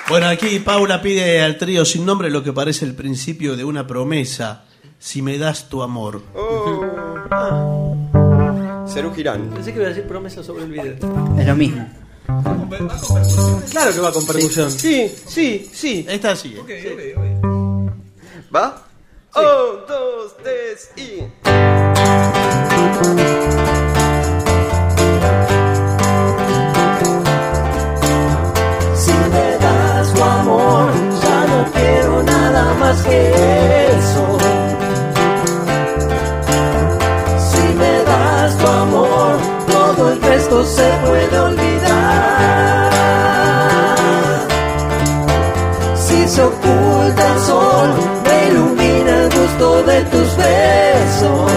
I: Bueno, aquí Paula pide al trío sin nombre lo que parece el principio de una promesa. Si me das tu amor.
Q: Cerú Girán.
R: Pensé que iba a decir promesa sobre el video.
S: Es lo mismo.
R: Claro que va con percusión.
I: Sí, sí, sí. Está así. ¿eh?
Q: ¿Va? Un, dos, tres y.
E: Si me das tu amor, ya no quiero nada más que eso. Si me das tu amor, todo el resto se puede olvidar. Si se oculta el sol, me ilumina el gusto de tus besos.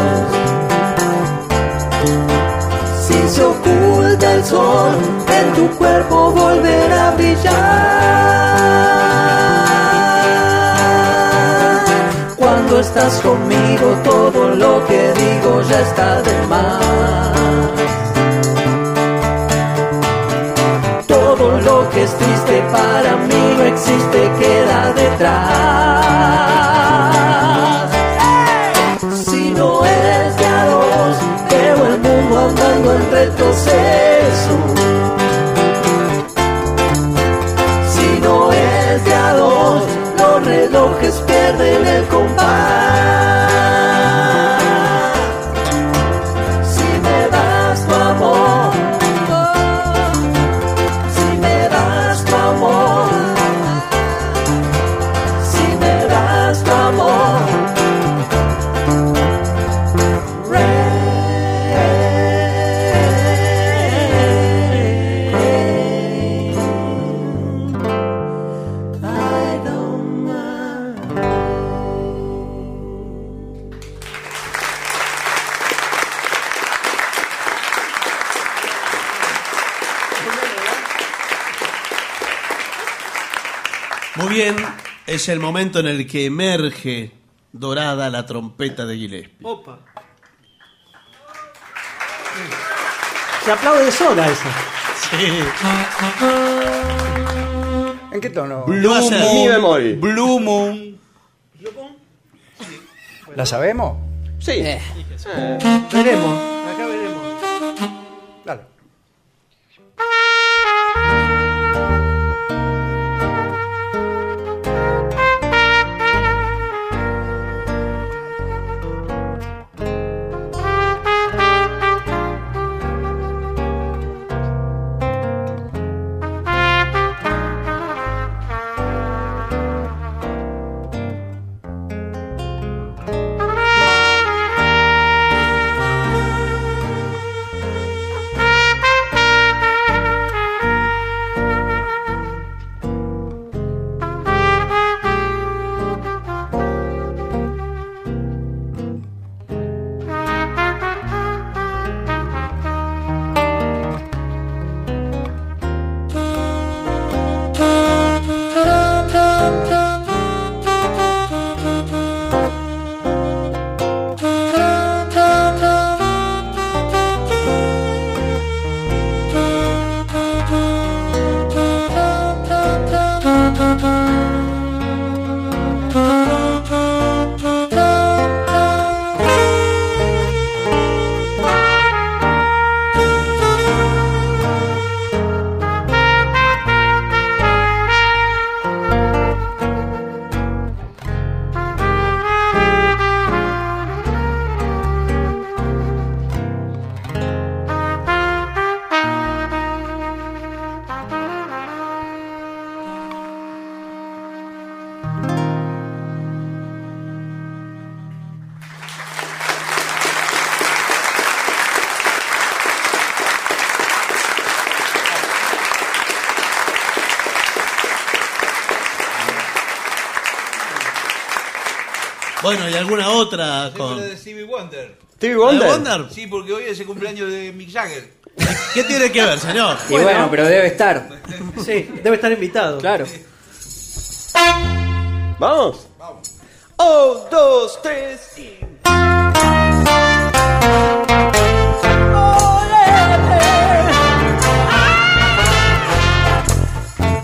E: Si se oculta el sol, en tu cuerpo volverá a brillar. Cuando estás conmigo, todo lo que digo ya está de más. Todo lo que es triste para mí no existe, queda detrás. Si no es de a dos, veo el mundo andando en retroceso. Si no es de a dos, los relojes pierden el compás. Si me das tu amor, si me das tu amor, si me das tu amor.
I: Muy bien, es el momento en el que emerge dorada la trompeta de Gillespie.
A: Opa. Se aplaude sola esa.
C: ¿En qué tono?
I: Blue Moon. Mi bemol.
C: Blue Moon. ¿La sabemos?
Q: Sí.
A: Veremos. Acá veremos.
I: Bueno, y alguna otra con.
T: de Stevie Wonder.
I: ¿Stevie Wonder? ¿La de
T: Sí, porque hoy es el cumpleaños de Mick Jagger.
I: ¿Qué tiene que ver, señor?
U: Y bueno, pero debe estar. Sí, debe estar invitado. Claro.
V: ¿Vamos?
U: Oh,
V: Un, dos, tres y...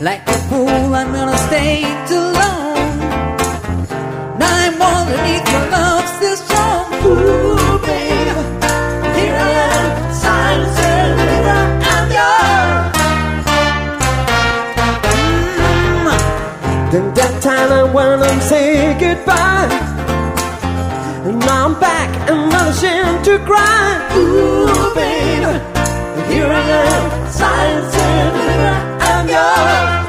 E: Like a fool, I'm gonna stay too long. Now I'm underneath your love still strong. Ooh, babe, here I am, silence and river and yours.
W: Then that time I went and said goodbye. And now I'm back and not ashamed to cry.
E: Ooh, babe, here I am, silence and river and yours.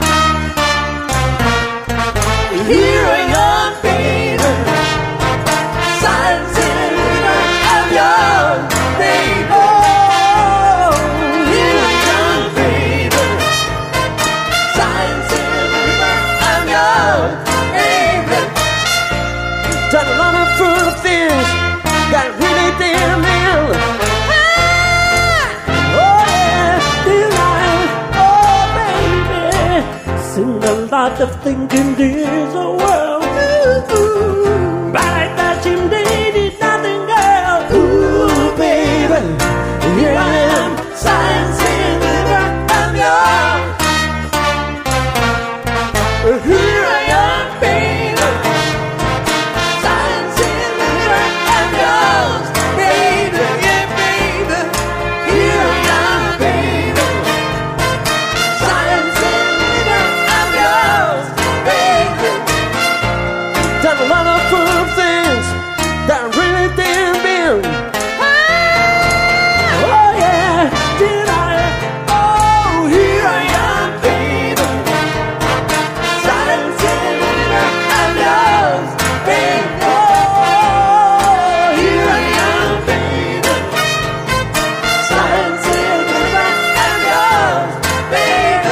E: Here I am, baby, silence and river and yours, baby. Here I am, baby, silence and river and yours, baby.
W: Done a lot of fool things that really damn ill. Oh, yeah, still I, oh, baby. Seen a lot of thinking this a world. But I thought you needed nothing, girl.
E: Ooh, baby, here I am, silence and river and yours. Here I am, baby. Silence in the dark and yours, baby, yeah, baby. Here I am, baby. Silence in the dark and yours, baby.
W: Done a lot of fool things that really didn't mean. Oh yeah, did I?
E: Oh, here I am, baby. Silence in the dark and yours, baby. Oh, here I am, baby. Silence in the dark and yours, baby.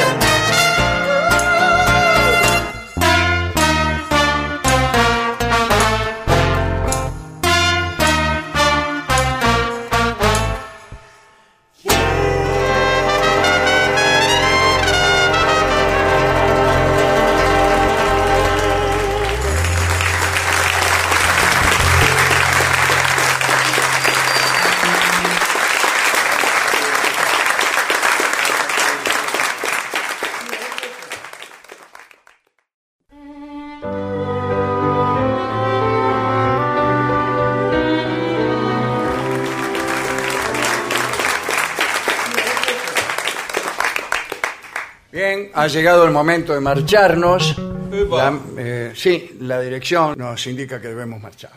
A: Bien, ha llegado el momento de marcharnos. La- eh, sí, la dirección nos indica que debemos marchar.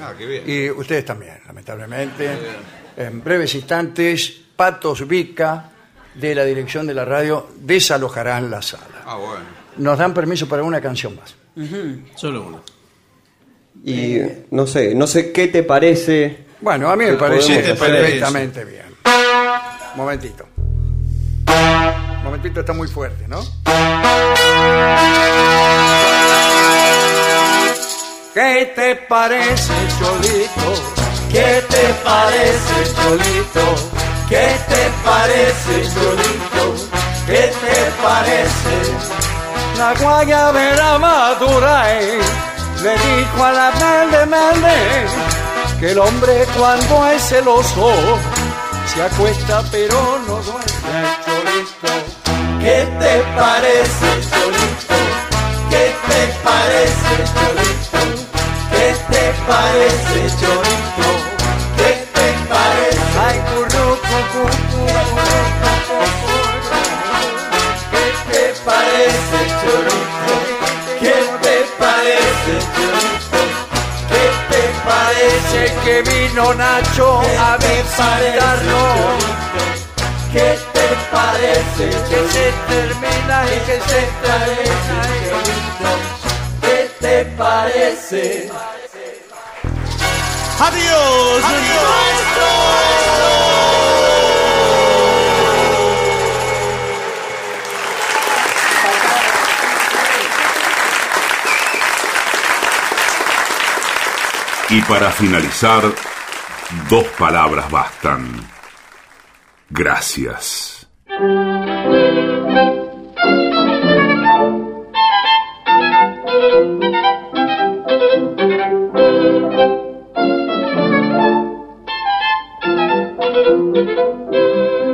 T: Ah, qué bien.
A: Y ustedes también, lamentablemente. En breves instantes, Patos Vica, de la dirección de la radio, desalojarán la sala.
T: Ah, bueno.
A: Nos dan permiso para una canción más.
I: Solo uno.
V: Y no sé, no sé qué te parece.
A: Bueno, a mí me
V: que
A: parece
V: podemos hacer
A: perfectamente bien. Momentito. Momentito está muy fuerte, ¿no? ¿Qué te parece, Cholito?
C: ¿Qué te parece, Cholito? ¿Qué te parece, Cholito? ¿Qué te parece?
E: La guayabera madura eh, le dijo a la melde melde
C: Que el hombre cuando es celoso se acuesta pero no duerme, Cholito. ¿Qué te parece, Cholito? ¿Qué te parece, Cholito? ¿Qué te parece, Cholito? ¿Qué te parece? Ay, curru, curru, ¿Qué te parece, Cholito? ¿Qué te parece, Cholito? ¿Qué te parece que vino Nacho a visitarnos? ¿Qué te parece que se termina y que se termina? ¿Qué te parece?
I: ¡Adiós!
H: Y para finalizar, dos palabras bastan. Gracias.
X: Thank you.